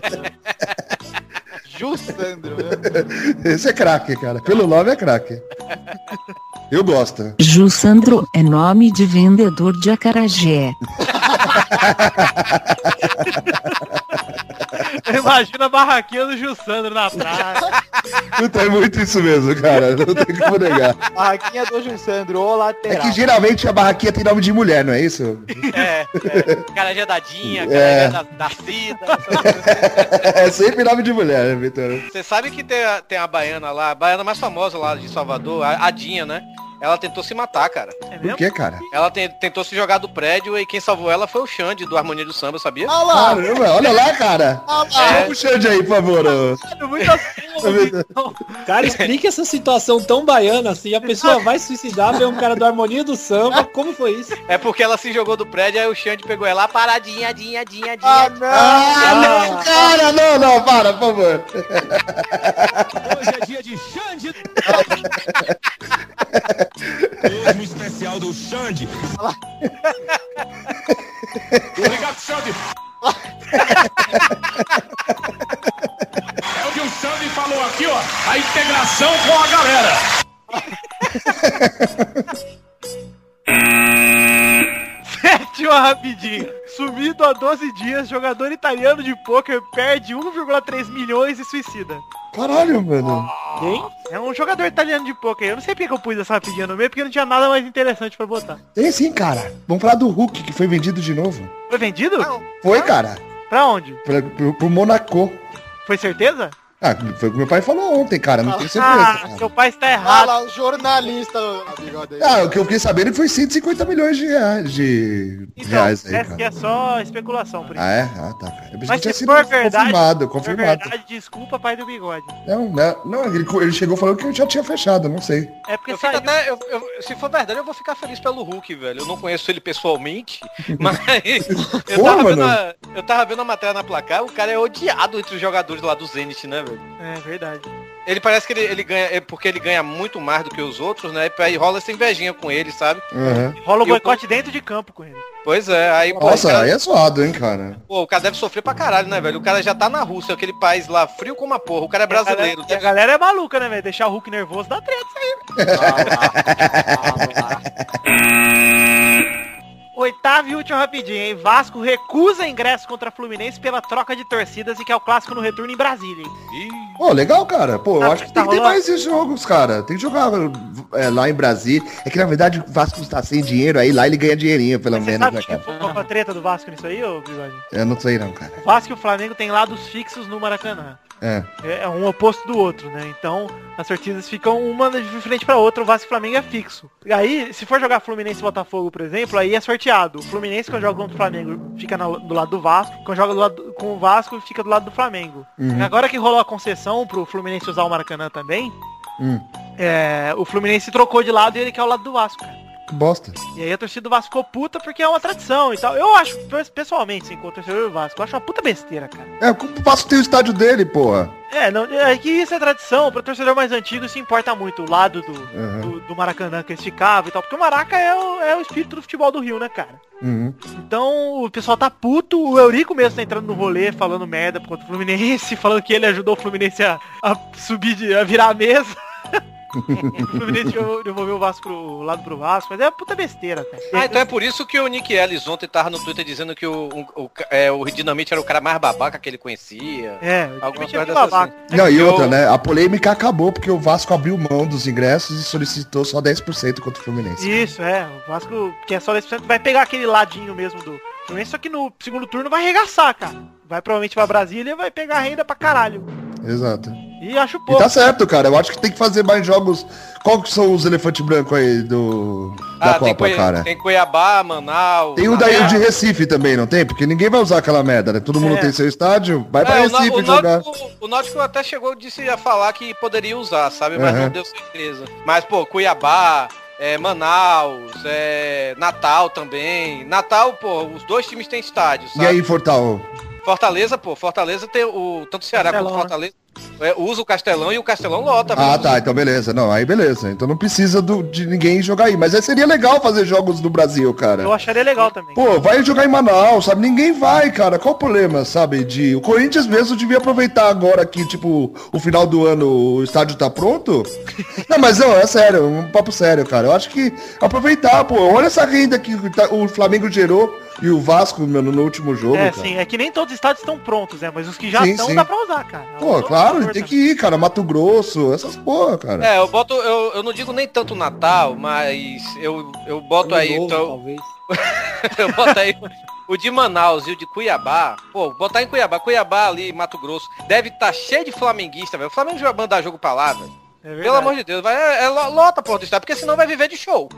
Jussandro, né? Esse é craque, cara. Pelo nome é craque. Eu gosto. Jussandro é nome de vendedor de acarajé. Eu imagino a barraquinha do Jussandro na praia. Puta, é muito isso mesmo, cara. Não tem como negar. Barraquinha do Jussandro, ô É lateral. que geralmente a barraquinha tem nome de mulher, não é isso? É, é. Cara gedadinha, cara é. da, da Cida. É sempre nome de mulher, né, Vitor? Você sabe que tem a, tem a baiana lá, a baiana mais famosa lá de Salvador, a, a Dinha, né? Ela tentou se matar, cara. É Por mesmo? que, cara? Ela te- tentou se jogar do prédio e quem salvou ela foi o Xande, do Harmonia do Samba, sabia? Ah. Olha lá, Caramba, olha lá, cara. Chama o Xande aí, por favor. ô. Muito É assunto. Cara, explica essa situação tão baiana assim. A pessoa vai se suicidar, vê um cara do Harmonia do Samba. Como foi isso? É porque ela se jogou do prédio, aí o Xande pegou ela "Ah, paradinha, dinha, dinha, dinha. Ah, não. Ah, não, cara, não, não, para, por favor. Hoje é dia de Xande. Hoje um especial do Xande. Obrigado, Xande. É o que o Xande falou aqui, ó. A integração com a galera. Sétima rapidinha. Sumido há 12 dias, jogador italiano de pôquer perde 1,3 milhões e suicida. Caralho, mano. É um jogador italiano de pôquer. Eu não sei porque que eu pus essa rapidinha no meio, porque não tinha nada mais interessante pra botar. Tem sim, cara. Vamos falar do Hulk, que foi vendido de novo. Foi vendido? Foi, cara. Pra onde? Pra, pro, pro Monaco. Foi certeza? Ah, foi o que meu pai falou ontem, cara. Não tenho certeza. Ah, cara. seu pai está olha errado. lá, o jornalista, a bigode aí. Ah, o que eu fiquei sabendo foi 150 milhões de reais, de Então, reais aí, parece que é cara. só especulação por isso. Ah, é? Ah, tá, cara. Eu pensei Mas que tinha se sido for verdade, confirmado, Na confirmado. verdade, desculpa, pai do bigode. Não, não, não, ele, ele chegou falando que já tinha fechado, não sei. É porque Eu fico saiu... até, eu- eu- se for verdade, eu vou ficar feliz pelo Hulk, velho. Eu não conheço ele pessoalmente, mas eu, Pô, tava mano. vendo a, eu tava vendo a matéria na placar, o cara é odiado entre os jogadores lá do Zenit, né, velho? É verdade. Ele parece que ele, ele ganha, é porque ele ganha muito mais do que os outros, né? E aí rola essa invejinha com ele, sabe? Aham. Rola o Eu- boicote dentro de campo com ele. Pois é, aí pô, o, Nossa, cara, aí é zoado, hein, cara. pô, o cara deve sofrer pra caralho, né, velho? O cara já tá na Rússia, aquele país lá frio como a porra. O cara é brasileiro, A galera, e a deve- galera é maluca, né, velho? Deixar o Hulk nervoso dá treta. isso aí. Oitava e última rapidinho, hein? Vasco recusa ingresso contra Fluminense pela troca de torcidas e que é o clássico no retorno em Brasília. hein? Pô, legal, cara. Pô, eu Ah, acho que tá tem que ter rolando? mais esses jogos, cara. Tem que jogar é, lá em Brasília. É que, na verdade, o Vasco está sem dinheiro aí. Lá ele ganha dinheirinho, pelo Você menos, né, sabe que cara? foi uma treta do Vasco nisso aí, ô Bigode? Eu não sei, não, cara. O Vasco e o Flamengo têm lados fixos no Maracanã. É. É é um oposto do outro, né? Então, as sortidas ficam uma de frente pra outra, o Vasco e o Flamengo é fixo. E aí, se for jogar Fluminense e Botafogo, por exemplo, aí é sorteado. O Fluminense, quando joga contra o Flamengo, fica na- do lado do Vasco. Quando joga do lado- com o Vasco, fica do lado do Flamengo. Uhum. Agora que rolou a concessão pro Fluminense usar o Maracanã também, Hum. é, o Fluminense trocou de lado e ele quer o lado do Vasco, cara. Que bosta. E aí a torcida do Vasco ficou puta porque é uma tradição e tal. Eu acho, pes- pessoalmente, sim, com o torcedor do Vasco, eu acho uma puta besteira, cara. É, o Vasco tem o estádio dele, porra. É, não, é que isso é tradição, pro torcedor mais antigo se importa muito o lado do, Uhum. do, do Maracanã que eles ficavam e tal, porque o Maraca é o, é o espírito do futebol do Rio, né, cara? Uhum. Então o pessoal tá puto, o Eurico mesmo tá entrando no rolê, falando merda contra o Fluminense, falando que ele ajudou o Fluminense a, a subir, de, a virar a mesa. o Fluminense devol- devolveu o Vasco pro lado pro Vasco, mas é puta besteira, cara. Ah, então é por isso que o Nick Ellis ontem tava no Twitter dizendo que o, o, o, é, o Dinamite era o cara mais babaca que ele conhecia. É, Alguma o time coisa assim. é dessas babaca. Não, e eu- outra, né? A polêmica acabou porque o Vasco abriu mão dos ingressos e solicitou só 10% contra o Fluminense. Isso, é. O Vasco, que é só 10%, vai pegar aquele ladinho mesmo do Fluminense, só que no segundo turno vai arregaçar, cara. Vai provavelmente pra Brasília e vai pegar renda pra caralho. Exato. E acho E pouco. tá certo, cara. Eu acho que tem que fazer mais jogos. Qual que são os elefantes brancos aí do da Ah, Ah, tem, Copa, Cui- cara? Tem, tem Cuiabá, Manaus. o Natal. daí o de Recife também, não tem? Porque ninguém vai usar aquela merda, né? Todo mundo É. tem seu estádio, vai pra É, o, Recife Nó- o, jogar. Náutico, o Náutico até chegou disse a falar que poderia usar, sabe? Mas Aham. não deu certeza. Mas, pô, Cuiabá, é, Manaus, é, Natal também. Natal, pô, os dois times têm estádio, E sabe? aí, Fortal? Fortaleza, pô, Fortaleza tem o. Tanto o Ceará Castelão, quanto Fortaleza. é, usa o Castelão e o Castelão lota, Ah, velho. tá. Então beleza. Não, aí beleza. Então não precisa do- de ninguém jogar aí. Mas aí seria legal fazer jogos no Brasil, cara. Eu acharia legal também. Pô, vai jogar em Manaus, sabe? Ninguém vai, cara. Qual o problema, sabe? De... O Corinthians mesmo devia aproveitar agora que, tipo, o final do ano o estádio tá pronto. Não, mas não, é sério, um papo sério, cara. Eu acho que aproveitar, pô. Olha essa renda que o Ita- o tá, Flamengo gerou E o Vasco, mano, no último jogo, é, cara. sim, é que nem todos os estados estão prontos, né? Mas os que já Sim, estão sim. dá pra usar, cara. Pô, claro, né? tem que ir, cara. Mato Grosso, essas porra, cara. É, eu boto, eu, eu não digo nem tanto Natal, mas eu, eu boto aí, um Novo, então, talvez. eu boto aí o de Manaus e o de Cuiabá. Pô, botar em Cuiabá, Cuiabá ali, Mato Grosso, deve estar cheio de flamenguista, velho. O Flamengo vai mandar jogo pra lá, velho. Pelo amor de Deus, vai, é, é lo- lota a porra do estado, porque senão vai viver de show.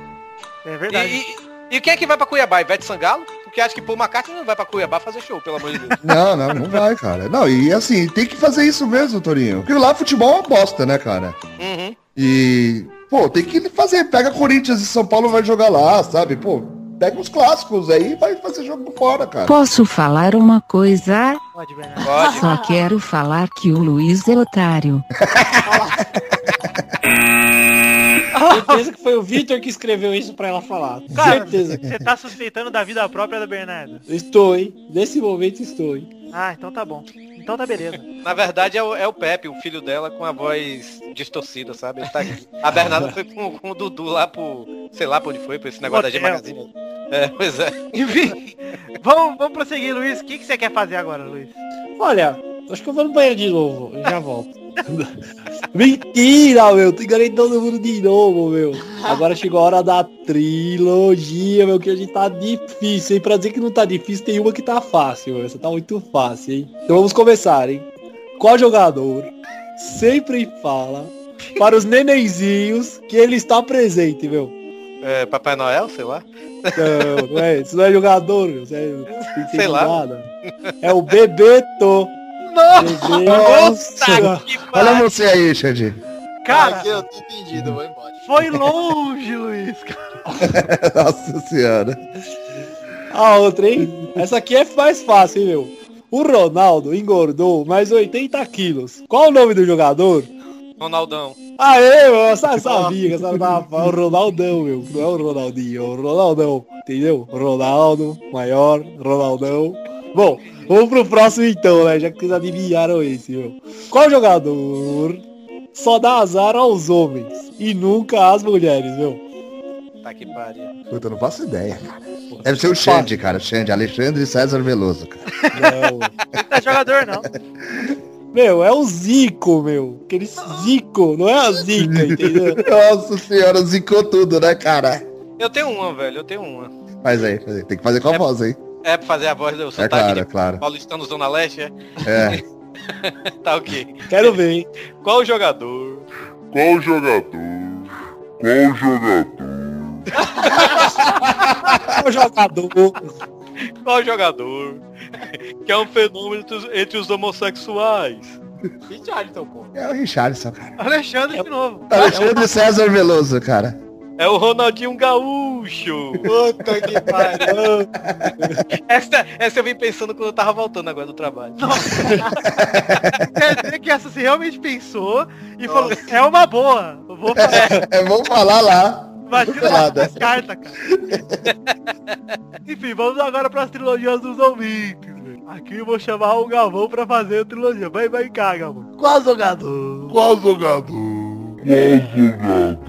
É E, verdade. e- e quem é que vai pra Cuiabá? Ivete Sangalo? Porque acho que Paul McCartney não vai pra Cuiabá fazer show, pelo amor de Deus. Não, não, não vai, cara. Não, e assim, tem que fazer isso mesmo, Torinho. Porque lá futebol é uma bosta, né, cara? Uhum. E, pô, tem que fazer. Pega Corinthians e São Paulo vai jogar lá, sabe? Pô, pega uns clássicos aí e vai fazer jogo fora, cara. Posso falar uma coisa? Pode, Bernardo. Pode. Só quero falar que o Luiz é otário. Certeza que foi o Vitor que escreveu isso pra ela falar. Cara, Certeza. você tá suspeitando da vida própria da Bernardo. Estou, hein? Nesse momento estou, hein? Ah, então tá bom. Então tá beleza. Na verdade é o, é o Pepe, o filho dela, com a voz distorcida, sabe? Ele tá aqui. A Bernarda foi com, com o Dudu lá pro. sei lá pra onde foi, pra esse negócio da G Hotel. Magazine. É, pois é. Enfim, vamos, vamos prosseguir, Luiz. O que, que você quer fazer agora, Luiz? Olha, acho que eu vou no banheiro de novo. Eu já volto. Mentira, meu. Tu enganei todo mundo de novo, meu. Agora chegou a hora da trilogia, meu. Que a gente tá difícil, hein? Pra dizer que não tá difícil, tem uma que tá fácil, meu. Essa tá muito fácil, hein? Então vamos começar, hein? Qual jogador sempre fala para os nenenzinhos que ele está presente, meu? É, Papai Noel, sei lá. Não, não é, isso não é jogador, meu. Isso é, não tem Sei lá. nada. É o Bebeto. Nossa! que Olha você aí, Xandi. Cara, Aqui eu tô entendido, vou embora. foi longe, Luiz. cara. Nossa senhora. A outra, hein? Essa aqui é mais fácil, hein, meu? O Ronaldo engordou mais 80 quilos. Qual o nome do jogador? Ronaldão. Aê, meu, eu só sabia que essa tava é o Ronaldão, meu. Não é o Ronaldinho, é o Ronaldão. Entendeu? Ronaldo, maior, Ronaldão. Bom, vamos pro próximo então, né? Já que vocês adivinharam esse, meu. Qual jogador só dá azar aos homens e nunca às mulheres, meu? Tá que pariu. Puta, eu não faço ideia, cara. Deve ser o Xande, cara. Xande, Alexandre César Veloso, cara. Não. Não é jogador, não. Meu, é o Zico, meu. Aquele Zico, não é a Zica, entendeu? Nossa senhora, zicou tudo, né, cara? Eu tenho uma, velho, eu tenho uma. Faz aí, faz aí. tem que fazer com a É- voz, hein? É pra fazer a voz do É sotaque claro, é de claro. paulistano Zona Leste, é? É. Tá ok. Quero ver, hein? Qual jogador? Qual jogador? Qual jogador? É O jogador. Qual jogador? Que é um fenômeno entre os homossexuais. Richarlison, pô. É o Richardson, cara. Alexandre de novo. Alexandre César Veloso, cara. É o Ronaldinho Gaúcho. Puta que pariu. Essa, essa eu vim pensando quando eu tava voltando agora do trabalho. Quer dizer que essa você realmente pensou e falou, é uma boa. Eu vou fazer. É, vamos falar lá. né? Imagina Pelada. essa carta, cara. Enfim, vamos agora pras trilogias dos ouvintes. velho. Aqui eu vou chamar o Galvão pra fazer a trilogia. Vai, vai cá, Galvão. Qual jogador? Qual jogador? Qual jogador?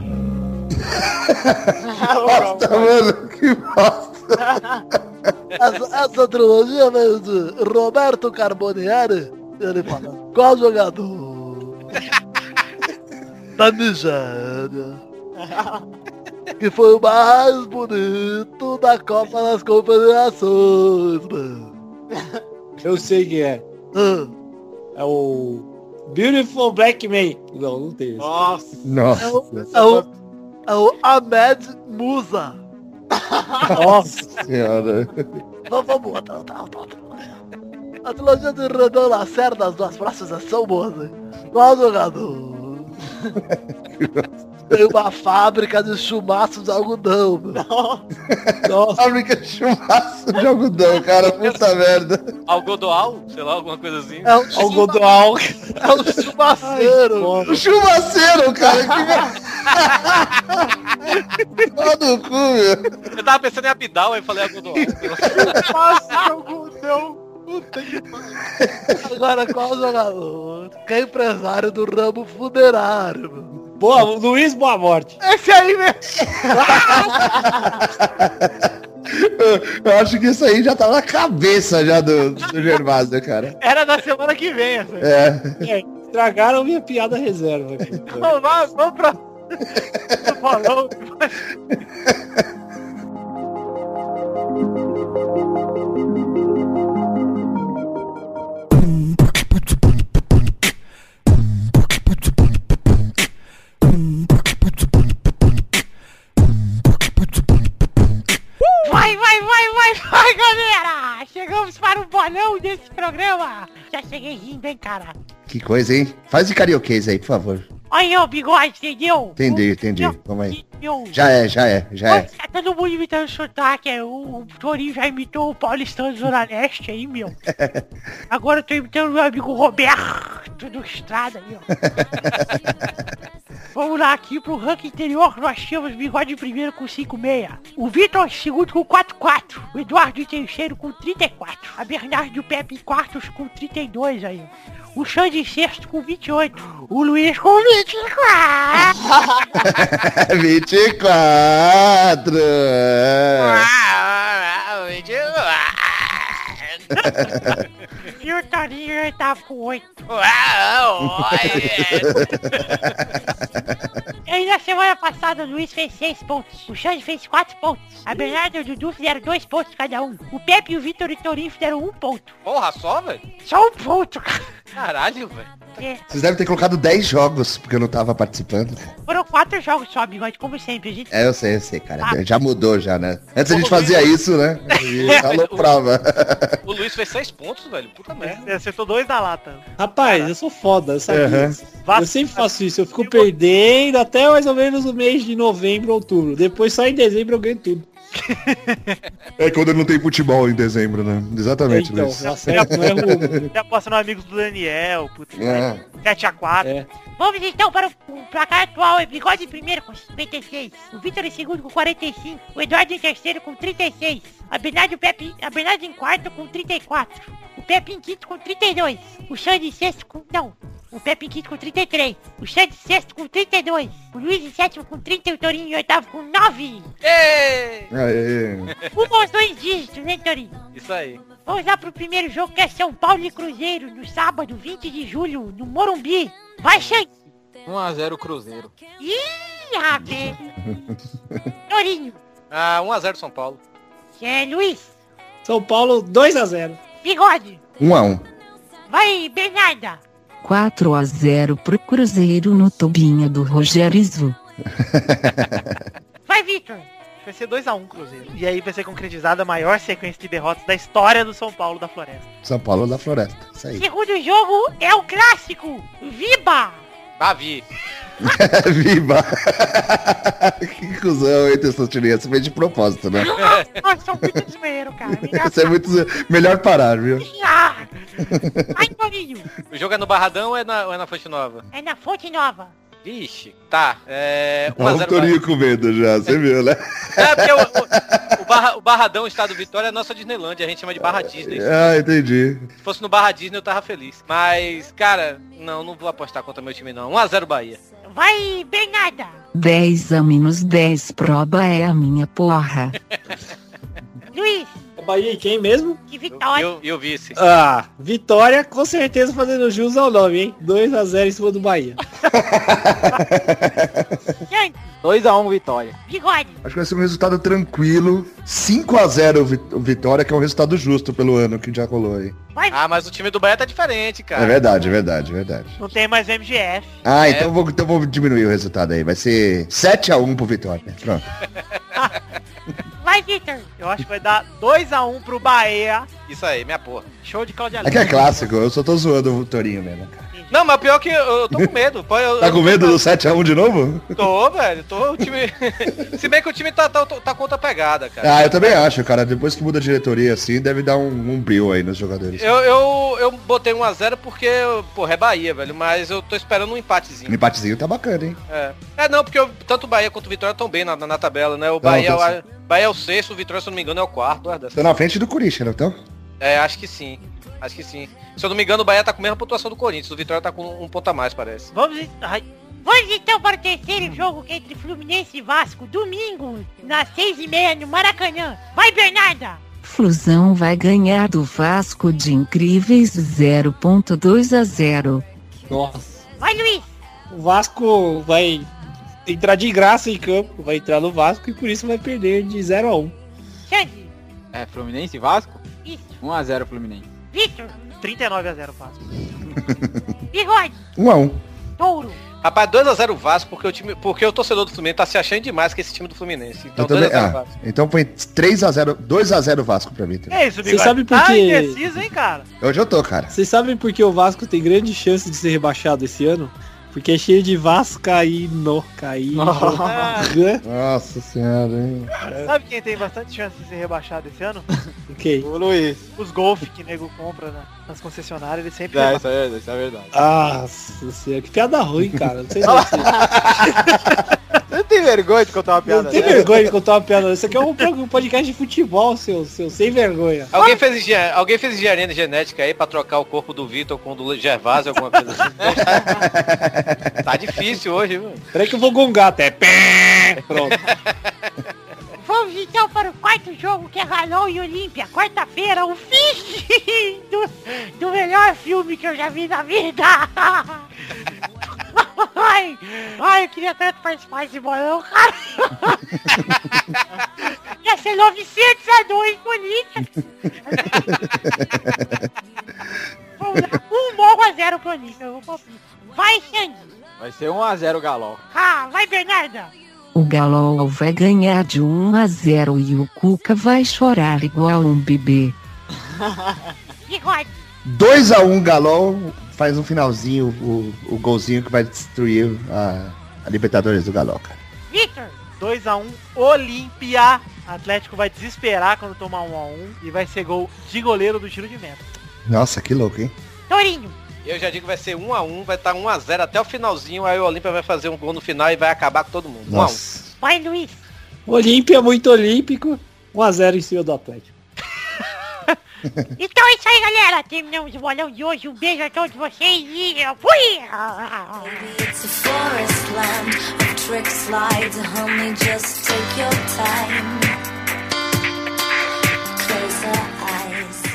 Nossa, mano, que bosta. Essa, essa trilogia veio de Roberto Carbonieri. Ele fala, qual jogador da Nigéria que foi o mais bonito da Copa das Confederações, mano? Eu sei quem é. Ah, É o. Beautiful Black Man. Não, não tem isso. Nossa. É Nossa, o, é o, é o Ahmed Musa. Nossa. senhora. Vamos, vamos, outra, outra, outra, outra. A trilogia de Renan Lacerda, as duas próximas são boas, hein? Qual jogador? Tem uma fábrica de chumaço de algodão, meu. Nossa. Fábrica de chumaço de algodão, cara. Puta merda. Algodoal? Sei lá, alguma coisa assim. É um, Olha o chuma, Godoal. é um chumaceiro. O chumaceiro, cara. Que merda. Pau no cu, meu. Eu tava pensando em Abidal, aí eu falei Algodoal. Passa o Deus. Puta que Agora, qual jogador? Que é empresário do ramo funerário, meu. Boa, Luiz Boa Morte. Esse aí mesmo. eu acho que isso aí já tá na cabeça já do, do Gervásio, cara. Era da semana que vem assim. essa. É. Estragaram minha piada reserva. aqui. Vamos, vamos, vamos pra... Falou. Vai, vai, vai, vai, vai, galera! Chegamos para o bolão desse programa! Já cheguei rindo, hein, cara? Que coisa, hein? Faz de carioquês aí, por favor. Olha aí, o bigode, entendeu? Entendi, O- entendi. meu- Vamos aí. meu- Já é, já é, já é. Nossa, tá todo mundo imitando o sotaque, é, o, o Torinho já imitou o Paulistão do Zona Leste aí, meu. Agora eu tô imitando meu amigo Roberto do Estrada aí, ó. Vamos lá, aqui pro ranking interior nós temos Bigode em primeiro com 5,6. O Vitor em segundo com 4,4. O Eduardo em terceiro com 34. A Bernardo e o Pepe em quartos com 32 aí. O Xande em sexto com 28. O Luiz com 24. É 24! É. e o Torinho em oitavo com 8. E aí na semana passada o Luiz fez 6 pontos, o Xande fez 4 pontos, a Bernardo e o Dudu fizeram 2 pontos cada um, o Pepe e o Vitor e o Torinho fizeram 1 um ponto. Porra, só, velho? Só um ponto, cara. Caralho, velho. É, Vocês devem ter colocado 10 jogos, porque eu não tava participando. foram 4 jogos só, bigode, como sempre. A gente É, eu sei, eu sei, cara. Já mudou já, né? Antes a gente fazia isso, né? E aloprava. O Luiz fez seis pontos, velho. Puta merda. Você acertou dois na lata. Rapaz, eu sou foda, eu sabia Aham. disso. Eu sempre faço isso, eu fico perdendo até mais ou menos o mês de novembro, outubro. Depois só em dezembro eu ganho tudo. É quando não tem futebol em dezembro, né? Exatamente, então, Luiz. tá certo, não é rumo. Você aposta no amigos do Daniel, putz. É. 7x4. É. Vamos então para o o placar atual. É Bigode em primeiro com 56. O Vitor em segundo com 45. O Eduardo em terceiro com 36. A Bernardo, e o Pepe, a Bernardo em quarto com 34. O Pepe em quinto com 32. O Xande em sexto com... Não. O Pepe em quinto com 33. O Xande em sexto com 32. O Luiz em sétimo com 30. E o Torinho em oitavo com 9. Ê! É, Aê. Um aos dois dígitos, né, Torinho? Isso aí. Vamos lá pro primeiro jogo que é São Paulo e Cruzeiro. No sábado, 20 de julho, no Morumbi. Vai, Xande. 1x0 Cruzeiro. Ih, rapaz! Torinho, Ah, 1x0 São Paulo. é Luiz, São Paulo 2x0. bigode, Um a um. vai Bernarda, 4 a 0 pro Cruzeiro no tubinho do Rogério Isu. vai Vitor, Vai ser 2x1, Cruzeiro. E aí vai ser concretizada a maior sequência de derrotas da história do São Paulo da Floresta. São Paulo da Floresta. Isso aí. segundo jogo é o clássico, Viba, Bavi. É, Viva! que cuzão, hein, Testotirinha? Você fez de propósito, né? nossa, sou muito zoeiro, cara, Me dá- Isso é muito. Melhor parar, viu? Ah! vai Torinho, O jogo é no Barradão ou é na, ou é na Fonte Nova? é na Fonte Nova, Vixe. Tá. É. Olha 1x0 o Torinho com medo já, você viu, né? É, porque o, o- o Barra- o Barradão, o Estado Vitória, é a nossa Disneylândia. A gente chama de Barra Disney. Ah, entendi. Se fosse no Barra Disney, eu tava feliz. Mas, cara, não, não vou apostar contra meu time, não. 1x0 Bahia. vai Bernarda, 10 a menos 10 proba é a minha porra. Luiz, É Bahia e quem mesmo? que Eu- vitória, eu- E o vice. Ah, vitória com certeza fazendo jus ao nome, hein? 2x0 em cima do Bahia. Xande, 2x1 Vitória. bigode, Acho que vai ser um resultado tranquilo. 5x0 vi- vitória, que é um resultado justo pelo ano que já rolou aí. vai Ah, mas o time do Bahia tá diferente, É cara. verdade, é verdade, é verdade. Não tem mais MGF. Ah, então É. eu vou, então eu vou diminuir o resultado aí. Vai ser 7x1 pro Vitória. Pronto. vai Vitor, Eu acho que vai dar 2x1 pro Bahia. Isso aí, minha porra. Show de Claudia É que é clássico, eu só tô zoando o Torinho mesmo. cara. Não, mas pior que eu, eu tô com medo. Pô, eu- Tá eu- com medo do 7x1 de novo? Tô, velho. Tô, o time... Se bem que o time tá, tá, tá com outra pegada, cara. Ah, eu também acho, cara. Depois que muda a diretoria assim, deve dar um, um brilho aí nos jogadores. Eu, eu, eu botei 1x0 porque, porra, é Bahia, velho. Mas eu tô esperando um Um empatezinho. empatezinho tá bacana, hein? É, é não, porque eu- tanto o Bahia quanto o Vitória estão bem na, na, na tabela, né? O Bahia, tá é o, Bahia é o sexto, o Vitória, se eu não me engano, é o quarto. uma dessas. Tá na frente do Corinthians, não então? É, acho que sim. Acho que sim. Se eu não me engano, o Bahia tá com a mesma pontuação do Corinthians. O Vitória tá com um ponto a mais, parece. Vamos... em- Ai, Vamos então para o terceiro jogo que é entre Fluminense e Vasco, domingo, nas seis e meia no Maracanã. Vai, Bernarda! Flusão vai ganhar do Vasco de incríveis 0.2 a 0. Nossa. Vai, Luiz! O Vasco vai entrar de graça em campo, vai entrar no Vasco e por isso vai perder de 0 a 1. Xande! É Fluminense e Vasco? Isso! 1x0 Fluminense. Victor! 39 a 0 Vasco. Bigode! 1 a 1 Touro! Rapaz, 2x0 Vasco, porque o, time, porque o torcedor do Fluminense tá se achando demais com esse time do Fluminense. Então Eu também, 2x0 ah, Vasco. então põe 3x0, 2x0 Vasco pra mim. também. É isso, Você Bigode. sabe por tá quê? indeciso, hein, cara? Hoje eu tô, cara. Vocês sabem por que o Vasco tem grande chance de ser rebaixado esse ano? Porque é cheio de Vascaíno, caíno. Ah, Nossa senhora, hein? É. sabe quem tem bastante chance de ser rebaixado esse ano? ok. Ô Luiz. Os Golf que nego compra na- nas concessionárias, eles sempre É, rebaixam. isso é verdade, isso é verdade. Nossa senhora, que piada ruim, cara. Não sei se você Você não tem vergonha de contar uma não piada tem dessa? vergonha de contar uma piada. Isso aqui é um pro- um podcast de futebol, seu, seu sem vergonha. Alguém fez, engen- alguém fez engenharia genética aí pra trocar o corpo do Vitor com o do Gervásio, alguma coisa assim? tá, tá difícil hoje, viu? Peraí que eu vou gongar até. Pé! Pronto. Vamos então para o quarto jogo que é Galão e Olímpia, quarta-feira, o fim do, do melhor filme que eu já vi na vida! Ai, ai, eu queria tanto participar desse bolão, cara! Ia ser 900 a 2, Bolívia! Vamos lá, um morro a zero pro Olímpia, eu vou palpitar. Vai, Xande! Vai ser 1x0 Galol. Ah, vai, Bernarda! O Galo vai ganhar de 1 a 0 e o Cuca vai chorar igual um bebê. Bigode! 2x1 Galol faz um finalzinho, o, o golzinho que vai destruir a, a Libertadores do Galol, cara. Victor! 2x1 Olímpia. Atlético vai desesperar quando tomar 1x1 e vai ser gol de goleiro do tiro de meta. Nossa, que louco, hein? Tourinho! Eu já digo que vai ser 1x1, vai tá estar 1x0 até o finalzinho, aí o Olímpia vai fazer um gol no final e vai acabar com todo mundo. 1x1. Nossa. Vai, Luiz! Olímpia é muito olímpico. 1x0 em cima do Atlético. Então é isso aí, galera. Terminamos o bolão de hoje. Um beijo a todos vocês e eu fui! It's a forest land of trick slides, honey. Just take your time. Close your eyes.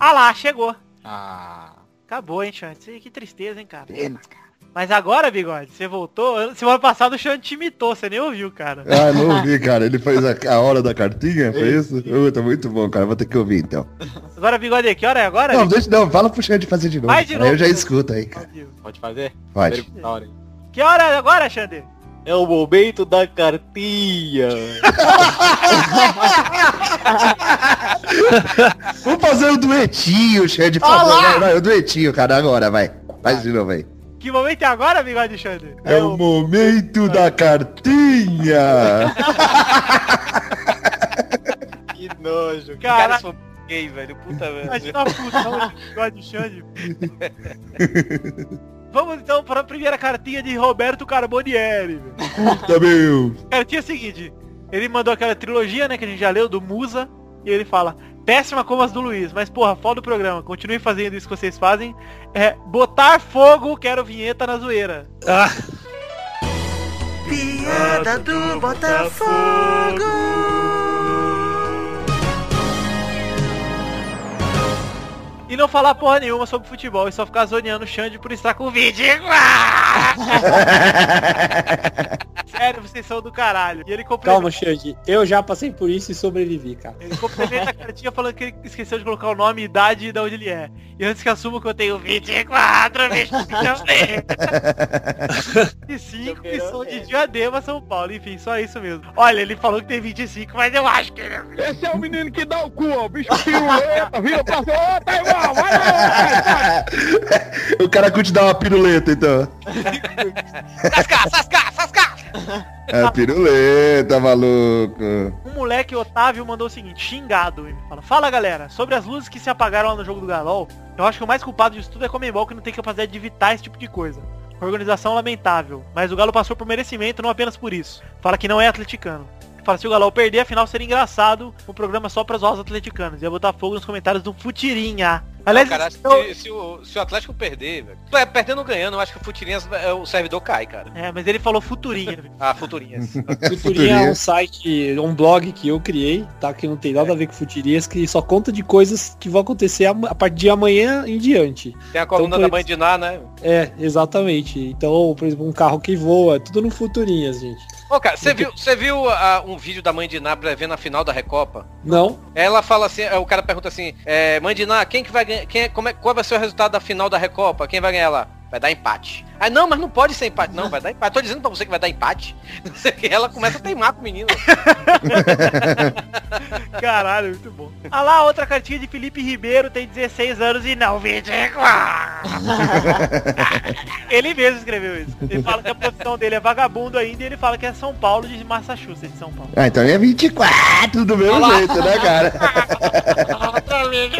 Ah lá, chegou. Ah. Acabou, hein, Xande? Que tristeza, hein, cara? Pena, cara. Mas agora, Bigode, você voltou. Semana passada o Xande te imitou, você nem ouviu, cara. Ah, não ouvi, cara. Ele fez a, a hora da cartinha, foi isso? Uh, tá muito bom, cara. Vou ter que ouvir, então. Agora, Bigode, que hora é agora? Não, Bigode? deixa, não. Fala pro Xande fazer de novo. Vai de Aí novo, eu já Xande. escuto aí, cara. Pode fazer? Pode. Da hora aí. Que hora é agora, Xande? É o momento da cartinha. Vamos fazer o duetinho, Xande, por favor. Vai, vai, o duetinho, cara. Agora, vai. Faz de novo aí. Que momento é agora, Bigode Xande? É o momento da cartinha. que nojo. Cara, Cara, isso foi gay, velho. Puta, velho. imagina a fusão é um de Bigode e Xande. Vamos então para a primeira cartinha de Roberto Carbonieri. velho. Puta, meu. Cartinha é o seguinte. Ele mandou aquela trilogia, né, que a gente já leu, do Musa. E ele fala, péssima como as do Luiz, mas porra, foda o programa. Continue fazendo isso que vocês fazem. É, botar fogo, quero vinheta na zoeira. Ah, Piada do Botafogo. E não falar porra nenhuma sobre futebol e só ficar zoneando o Xande por estar com o vídeo. Sério, vocês são do caralho. E ele complementa, calma, Xande. Eu já passei por isso e sobrevivi, cara. ele complementa a cartinha falando que ele esqueceu de colocar o nome, idade e de onde ele é. E antes que assuma que eu tenho 24, 25 e sou de Diadema, São Paulo. Enfim, só isso mesmo. Olha, ele falou que tem 25, mas eu acho que ele um Esse é o menino que dá o cu, ó. Bicho piruleta, vira pra cima. Ô, tá igual, vai lá. O cara curte dar uma piruleta, então. Sasca, sasca, sasca! É piruleta, maluco. Um moleque, Otávio, mandou o seguinte, xingado. Ele fala, fala galera, sobre as luzes que se apagaram lá no jogo do Galol, eu acho que o mais culpado disso tudo é Comembol, que não tem capacidade de evitar esse tipo de coisa. Organização lamentável, mas o Galo passou por merecimento, não apenas por isso. Fala que não é atleticano. Fala, se o Galol perder, afinal seria engraçado um programa só para os atleticanos. Ia botar fogo nos comentários do Futirinha. Aliás, É um cara, se, eu... se, o, se o Atlético perder, velho, é, perdendo ou ganhando, eu acho que o Futirinhas, o servidor cai, cara. É, mas ele falou Futurinha. ah, Futurinhas. Futurinha é um site, um blog que eu criei, tá? Que não tem nada a ver com Futirias, que só conta de coisas que vão acontecer a, partir de amanhã em diante. Tem a coluna então, da Mãe de Ná, né? É, exatamente. Então, por exemplo, um carro que voa, tudo no Futurinhas, gente. Ô, oh, cara, você viu, cê viu uh, um vídeo da mãe de Ná prevendo a final da Recopa? Não. Ela fala assim, o cara pergunta assim, é, mãe de Ná, quem que vai ganhar, quem, como é, qual vai ser o resultado da final da Recopa? Quem vai ganhar lá? Vai dar empate. Ah, não, mas não pode ser empate. Não, vai dar empate. Tô dizendo pra você que vai dar empate. Não sei o que. Ela começa a teimar com o menino. Caralho, muito bom. Ah lá, outra cartinha de Felipe Ribeiro, tem 16 anos e não vende Ele mesmo escreveu isso. Ele fala que a profissão dele é vagabundo ainda e ele fala que é São Paulo de Massachusetts, São Paulo. Ah, então é 24 do mesmo Olá. jeito, né, cara?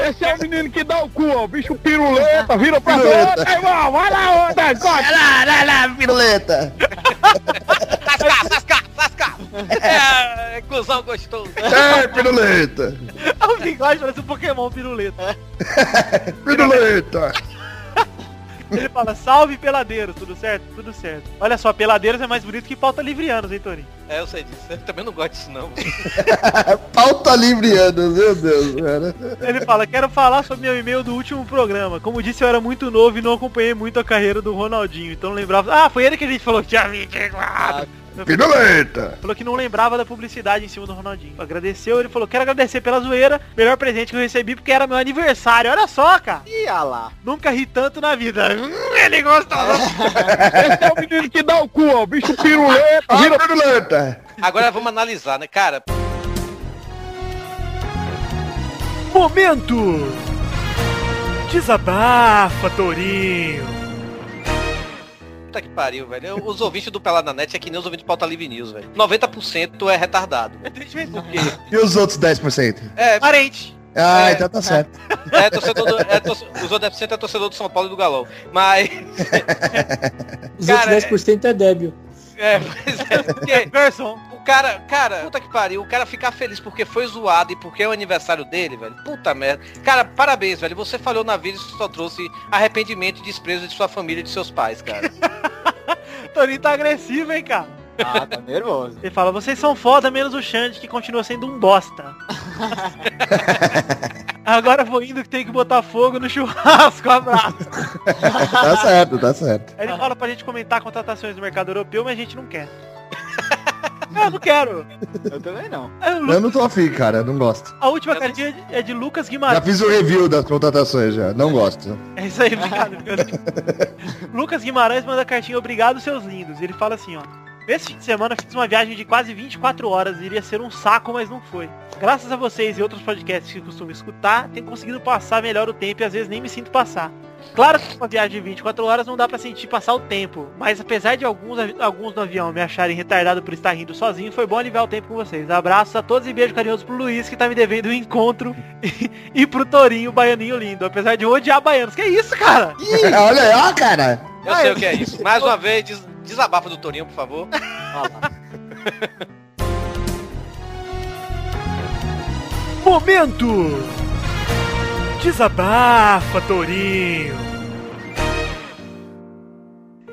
Esse é o menino que dá o cu, ó. Bicho piruleta, vira pra piruleta. Vai lá, vai lá, outra, corte. Lá, lá, lá, piruleta. Tascar, tascar, tascar. É, cuzão gostoso. É, piruleta. o bigode parece um Pokémon piruleta. piruleta. Ele fala, salve peladeiros, tudo certo? Tudo certo. Olha só, peladeiros é mais bonito que pauta livrianos, hein, Torinho? É, eu sei disso. Eu também não gosto disso, não. pauta livrianos, meu Deus, cara. Ele fala, quero falar sobre meu e-mail do último programa. Como disse, eu era muito novo e não acompanhei muito a carreira do Ronaldinho, então não lembrava... Ah, foi ele que a gente falou, tinha 24... Piruleta! Falou que não lembrava da publicidade em cima do Ronaldinho. Agradeceu, ele falou, quero agradecer pela zoeira, melhor presente que eu recebi porque era meu aniversário. Olha só, cara! Ih, olha lá! Nunca ri tanto na vida. Hum, ele gostou! Esse é o menino que dá o cu, ó. Bicho piruleta, vira piruleta! Agora vamos analisar, né, cara? Momento! Desabafa, Torinho! Puta que pariu, velho. Os ouvintes do Pelada Net é que nem os ouvintes do Pauta Livre News, velho. 90% é retardado. Deixa eu ver por quê. E os outros 10%? É, parente. Ah, é, então tá certo. É, é torcedor do, é torcedor, os outros 10% é torcedor do São Paulo e do Galão. Mas. os cara, outros 10% é, é débil. É, mas é porque, Gerson, o cara, cara, puta que pariu, o cara ficar feliz porque foi zoado e porque é o aniversário dele, velho. Puta merda. Cara, parabéns, velho. Você falhou na vida e só trouxe arrependimento e desprezo de sua família e de seus pais, cara. Toninho tá agressivo, hein, cara. Ah, tá nervoso. Ele fala, vocês são foda, menos o Xande, que continua sendo um bosta. Agora vou indo que tem que botar fogo no churrasco, abraço. tá certo, tá certo. Aí ele fala pra gente comentar contratações do mercado europeu, mas a gente não quer. Eu não quero. Eu também não. É Lucas... Eu não tô afim, cara. Eu não gosto. A última cartinha não... é de Lucas Guimarães. Já fiz o review das contratações já. Não gosto. É isso aí, obrigado. Lucas Guimarães manda a cartinha Obrigado, seus lindos. Ele fala assim, ó. Nesse fim de semana fiz uma viagem de quase 24 horas, iria ser um saco, mas não foi. Graças a vocês e outros podcasts que costumo escutar, tenho conseguido passar melhor o tempo e às vezes nem me sinto passar. Claro que uma viagem de 24 horas não dá para sentir passar o tempo, mas apesar de alguns, alguns no avião me acharem retardado por estar rindo sozinho, foi bom aliviar o tempo com vocês. Abraços a todos e beijo carinhoso pro Luiz, que tá me devendo um encontro, e, e pro Torinho, baianinho lindo, apesar de eu odiar baianos. Que isso, cara? Ih, olha aí, ó, cara! Eu sei o que é isso. Mais uma vez, des desabafa do Torinho, por favor. Momento! Desabafa, Torinho!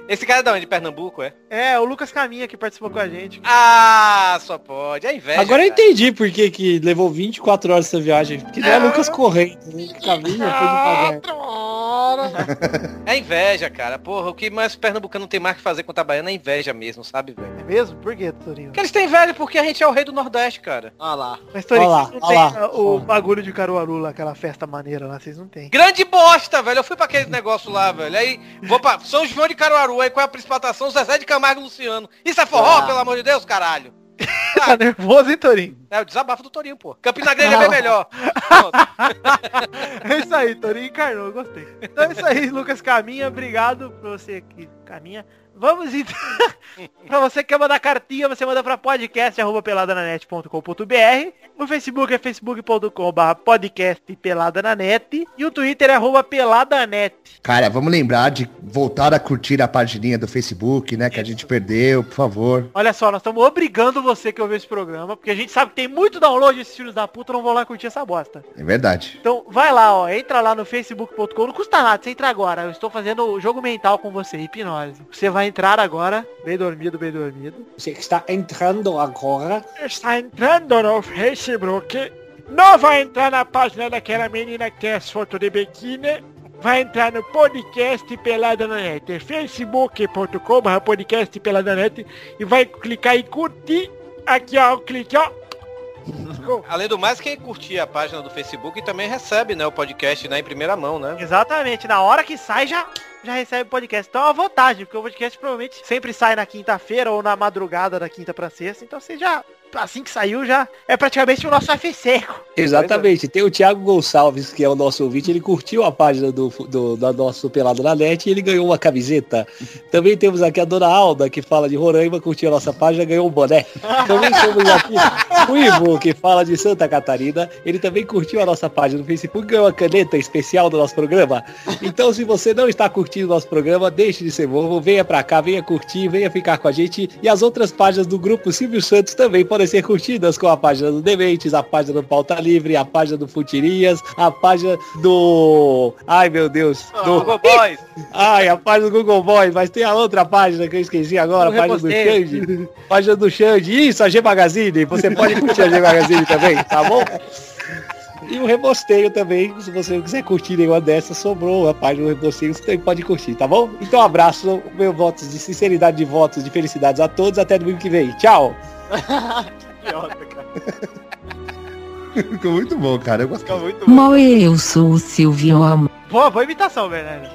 Esse cara é da onde? De Pernambuco, é? É, o Lucas Caminha que participou com a gente. Ah, só pode. É inveja. Agora cara. eu entendi por que, que levou 24 horas essa viagem. Porque não Ah, é Lucas correndo. Né? Caminha foi de É inveja, cara. Porra, o que mais pernambucano tem mais que fazer contra a baiana é inveja mesmo, sabe, velho? É mesmo? Por que, Torinho? Porque eles têm inveja porque a gente é o rei do Nordeste, cara. Ah lá. Mas, Torinho, ah vocês não tem ah o bagulho de Caruaru lá, aquela festa maneira lá, vocês não tem. Grande bosta, velho. Eu fui pra aquele negócio lá, velho. Aí vou pra São João de Caruaru aí qual é a principal atração? Zezé de Camargo e Luciano. Isso é forró, ah. pelo amor de Deus, caralho. tá nervoso, hein, Torinho? É o desabafo do Torinho, pô. Campina Grande é bem melhor. Pronto. é isso aí, Torinho encarnou, gostei. Então é isso aí, Lucas Caminha, obrigado por você que caminha. Vamos então. pra você que quer mandar cartinha, você manda pra podcast.peladananet.com.br. O Facebook é facebook.com.br podcastpeladananet. E o Twitter é arroba peladanet. Cara, vamos lembrar de voltar a curtir a pagininha do Facebook, né? Que a gente perdeu, por favor. Olha só, nós estamos obrigando você que ouviu esse programa, porque a gente sabe que tem muito download desses filhos da puta, não vão lá curtir essa bosta. É verdade. Então vai lá, ó, entra lá no facebook.com, não custa nada, você entra agora. Eu estou fazendo o jogo mental com você, hipnose. Você vai entrar agora, bem dormido, bem dormido. Você que está entrando agora. Está entrando no Facebook. Não vai entrar na página daquela menina que tem as fotos de biquíni. Vai entrar no podcast Pelada na Net. facebook.com.br podcast Pelada na Net. E vai clicar em curtir. Aqui ó, clique ó. Além do mais, quem curtir a página do Facebook também recebe, né, o podcast né, em primeira mão, né? Exatamente, na hora que sai já já recebe o podcast. Então é uma vantagem, porque o podcast provavelmente sempre sai na quinta-feira ou na madrugada da quinta pra sexta. Então você já, assim que saiu, já é praticamente o nosso FC. Exatamente. Tem o Thiago Gonçalves, que é o nosso ouvinte, ele curtiu a página do, do, da nosso Pelado na Net e ele ganhou uma camiseta. Também temos aqui a dona Alda, que fala de Roraima, curtiu a nossa página, ganhou um boné. Também temos aqui o Ivo, que fala de Santa Catarina, ele também curtiu a nossa página no Facebook, ganhou uma caneta especial do nosso programa. Então, se você não está curtindo o nosso programa, deixe de ser bobo, venha pra cá, venha curtir, venha ficar com a gente. E as outras páginas do grupo Silvio Santos também podem podem ser curtidas com a página do Dementes, a página do Pauta Livre, a página do Futirias, a página do. Ai meu Deus! Do... Ah, Google Boys! Ai, a página do Google Boys, mas tem a outra página que eu esqueci agora, a página do Xande. Página do Xande. Isso, a G Magazine. Você pode curtir a G Magazine também, tá bom? E o rebosteio também, se você quiser curtir nenhuma dessas, sobrou a página do rebosteio, você também pode curtir, tá bom? Então abraço, meu votos de sinceridade de votos, de felicidades a todos, até domingo que vem. Tchau! Idiota, cara. Ficou muito bom, cara. Eu gostei. muito bom. Mal eu sou o Silvio Amo. Boa, boa imitação, Bernardo.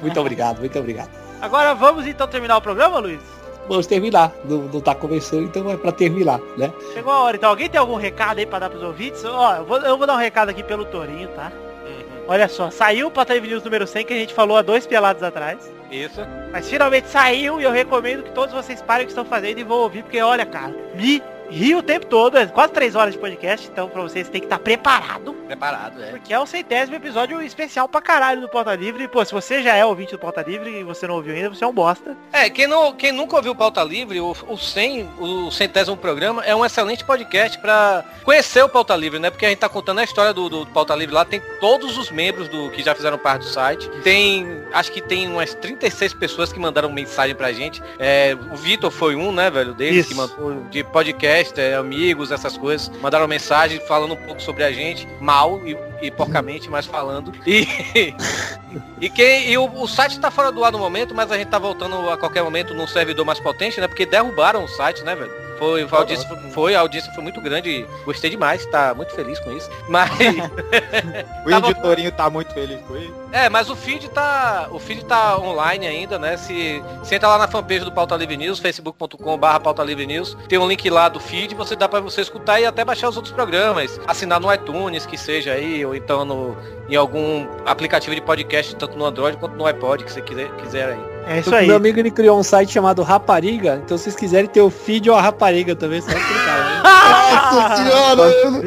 Muito obrigado, muito obrigado. Agora vamos então terminar o programa, Luiz? Vamos terminar. Não, não tá começando, então é pra terminar, né? Chegou a hora, então. Alguém tem algum recado aí pra dar pros ouvintes? Ó, eu vou, eu vou dar um recado aqui pelo Torinho, tá? Uhum. Olha só, saiu o Patrave News número 100 que a gente falou há dois pelados atrás. Isso. Mas finalmente saiu e eu recomendo que todos vocês parem o que estão fazendo e vão ouvir, porque olha, cara, me ri o tempo todo, é quase três horas de podcast, então pra vocês tem que estar preparado, Preparado, é. porque é o centésimo episódio especial pra caralho do Pauta Livre. E, pô, se você já é ouvinte do Pauta Livre e você não ouviu ainda, você é um bosta. É, quem, não, quem nunca ouviu Pauta Livre, o, o 100, o centésimo programa, é um excelente podcast pra conhecer o Pauta Livre, né? Porque a gente tá contando a história do, do Pauta Livre lá, tem todos os membros do que já fizeram parte do site. Tem, acho que tem umas 36 pessoas que mandaram mensagem pra gente. É, o Vitor foi um, né, velho, deles, Isso. que mandou de podcast, é, amigos, essas coisas. Mandaram mensagem falando um pouco sobre a gente, mal e, e porcamente, mas falando. E, E, quem, e o, o site tá fora do ar no momento, mas a gente tá voltando a qualquer momento num servidor mais potente, né? Porque derrubaram o site, né, velho? Foi, a audiência foi, a audiência foi muito grande, gostei demais, tá muito feliz com isso. Mas O Tava- índio Torinho tá muito feliz com ele. é, mas o feed tá, o feed tá online ainda, né? Se você entra lá na fanpage do Pauta Livre News, facebook.com/barra Pauta Livre News, tem um link lá do feed, você dá pra você escutar e até baixar os outros programas, assinar no iTunes, que seja aí, ou então no em algum aplicativo de podcast, tanto no Android quanto no iPod, que você quiser, quiser aí. É isso aí. Meu amigo ele criou um site chamado Rapariga, então se vocês quiserem ter o feed ou a rapariga também, só clicar. né? Nossa Ah, senhora! eu não-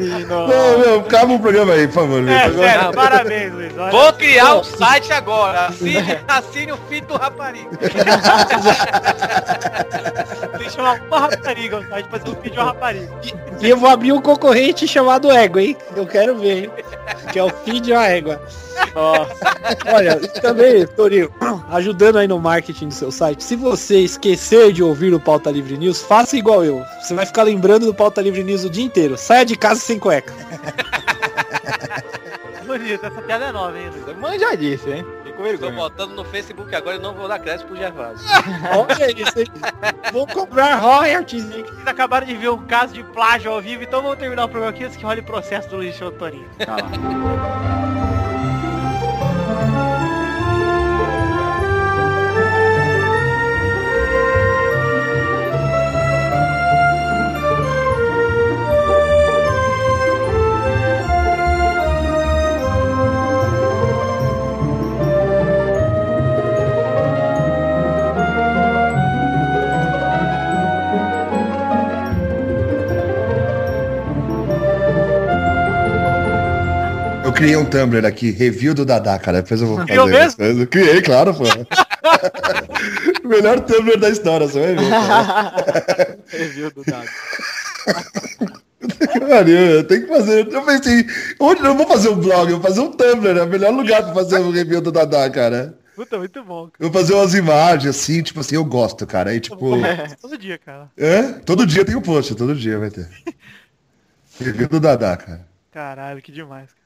Não, meu, acaba o programa aí, por favor. É, meu. sério, parabéns, Luiz. Olha, Vou criar um site agora. Assine, assine o feed do rapariga. tem que chamar uma rapariga, a gente fazer um vídeo de uma rapariga. E eu vou abrir um concorrente chamado Égua, hein? Eu quero ver, hein? Que é o feed ou a égua. Olha, e também, Torinho, ajudando aí no marketing do seu site, se você esquecer de ouvir o Pauta Livre News, faça igual eu. Você vai ficar lembrando do Pauta Livre News o dia inteiro. Saia de casa sem cueca. Bonito, essa piada é nova, hein, Luiz? Manja disso, hein? Fico Tô vergonha. botando no Facebook agora e não vou dar crédito pro Gervásio. Olha isso, hein? Vou cobrar royalties, hein? Vocês acabaram de ver um caso de plágio ao vivo, então vamos terminar o programa aqui antes que role o processo do Luiz Chotorinho. Tá lá. criei um Tumblr aqui, review do Dadá, cara. Depois eu vou fazer. Criou mesmo? Depois eu criei, claro, pô. Melhor Tumblr da história, você vai ver. cara. Review do dado. Mano, eu tenho que fazer. Eu pensei, onde eu vou fazer um blog? Eu vou fazer um Tumblr, é o melhor lugar pra fazer o review do Dadá, cara. Puta, muito bom. Eu vou fazer umas imagens assim, tipo assim, eu gosto, cara. Aí, tipo. é? Cara. Todo dia, cara. Hã? Todo dia tem um post, todo dia vai ter. Review do Dadá, cara. Caralho, que demais, cara.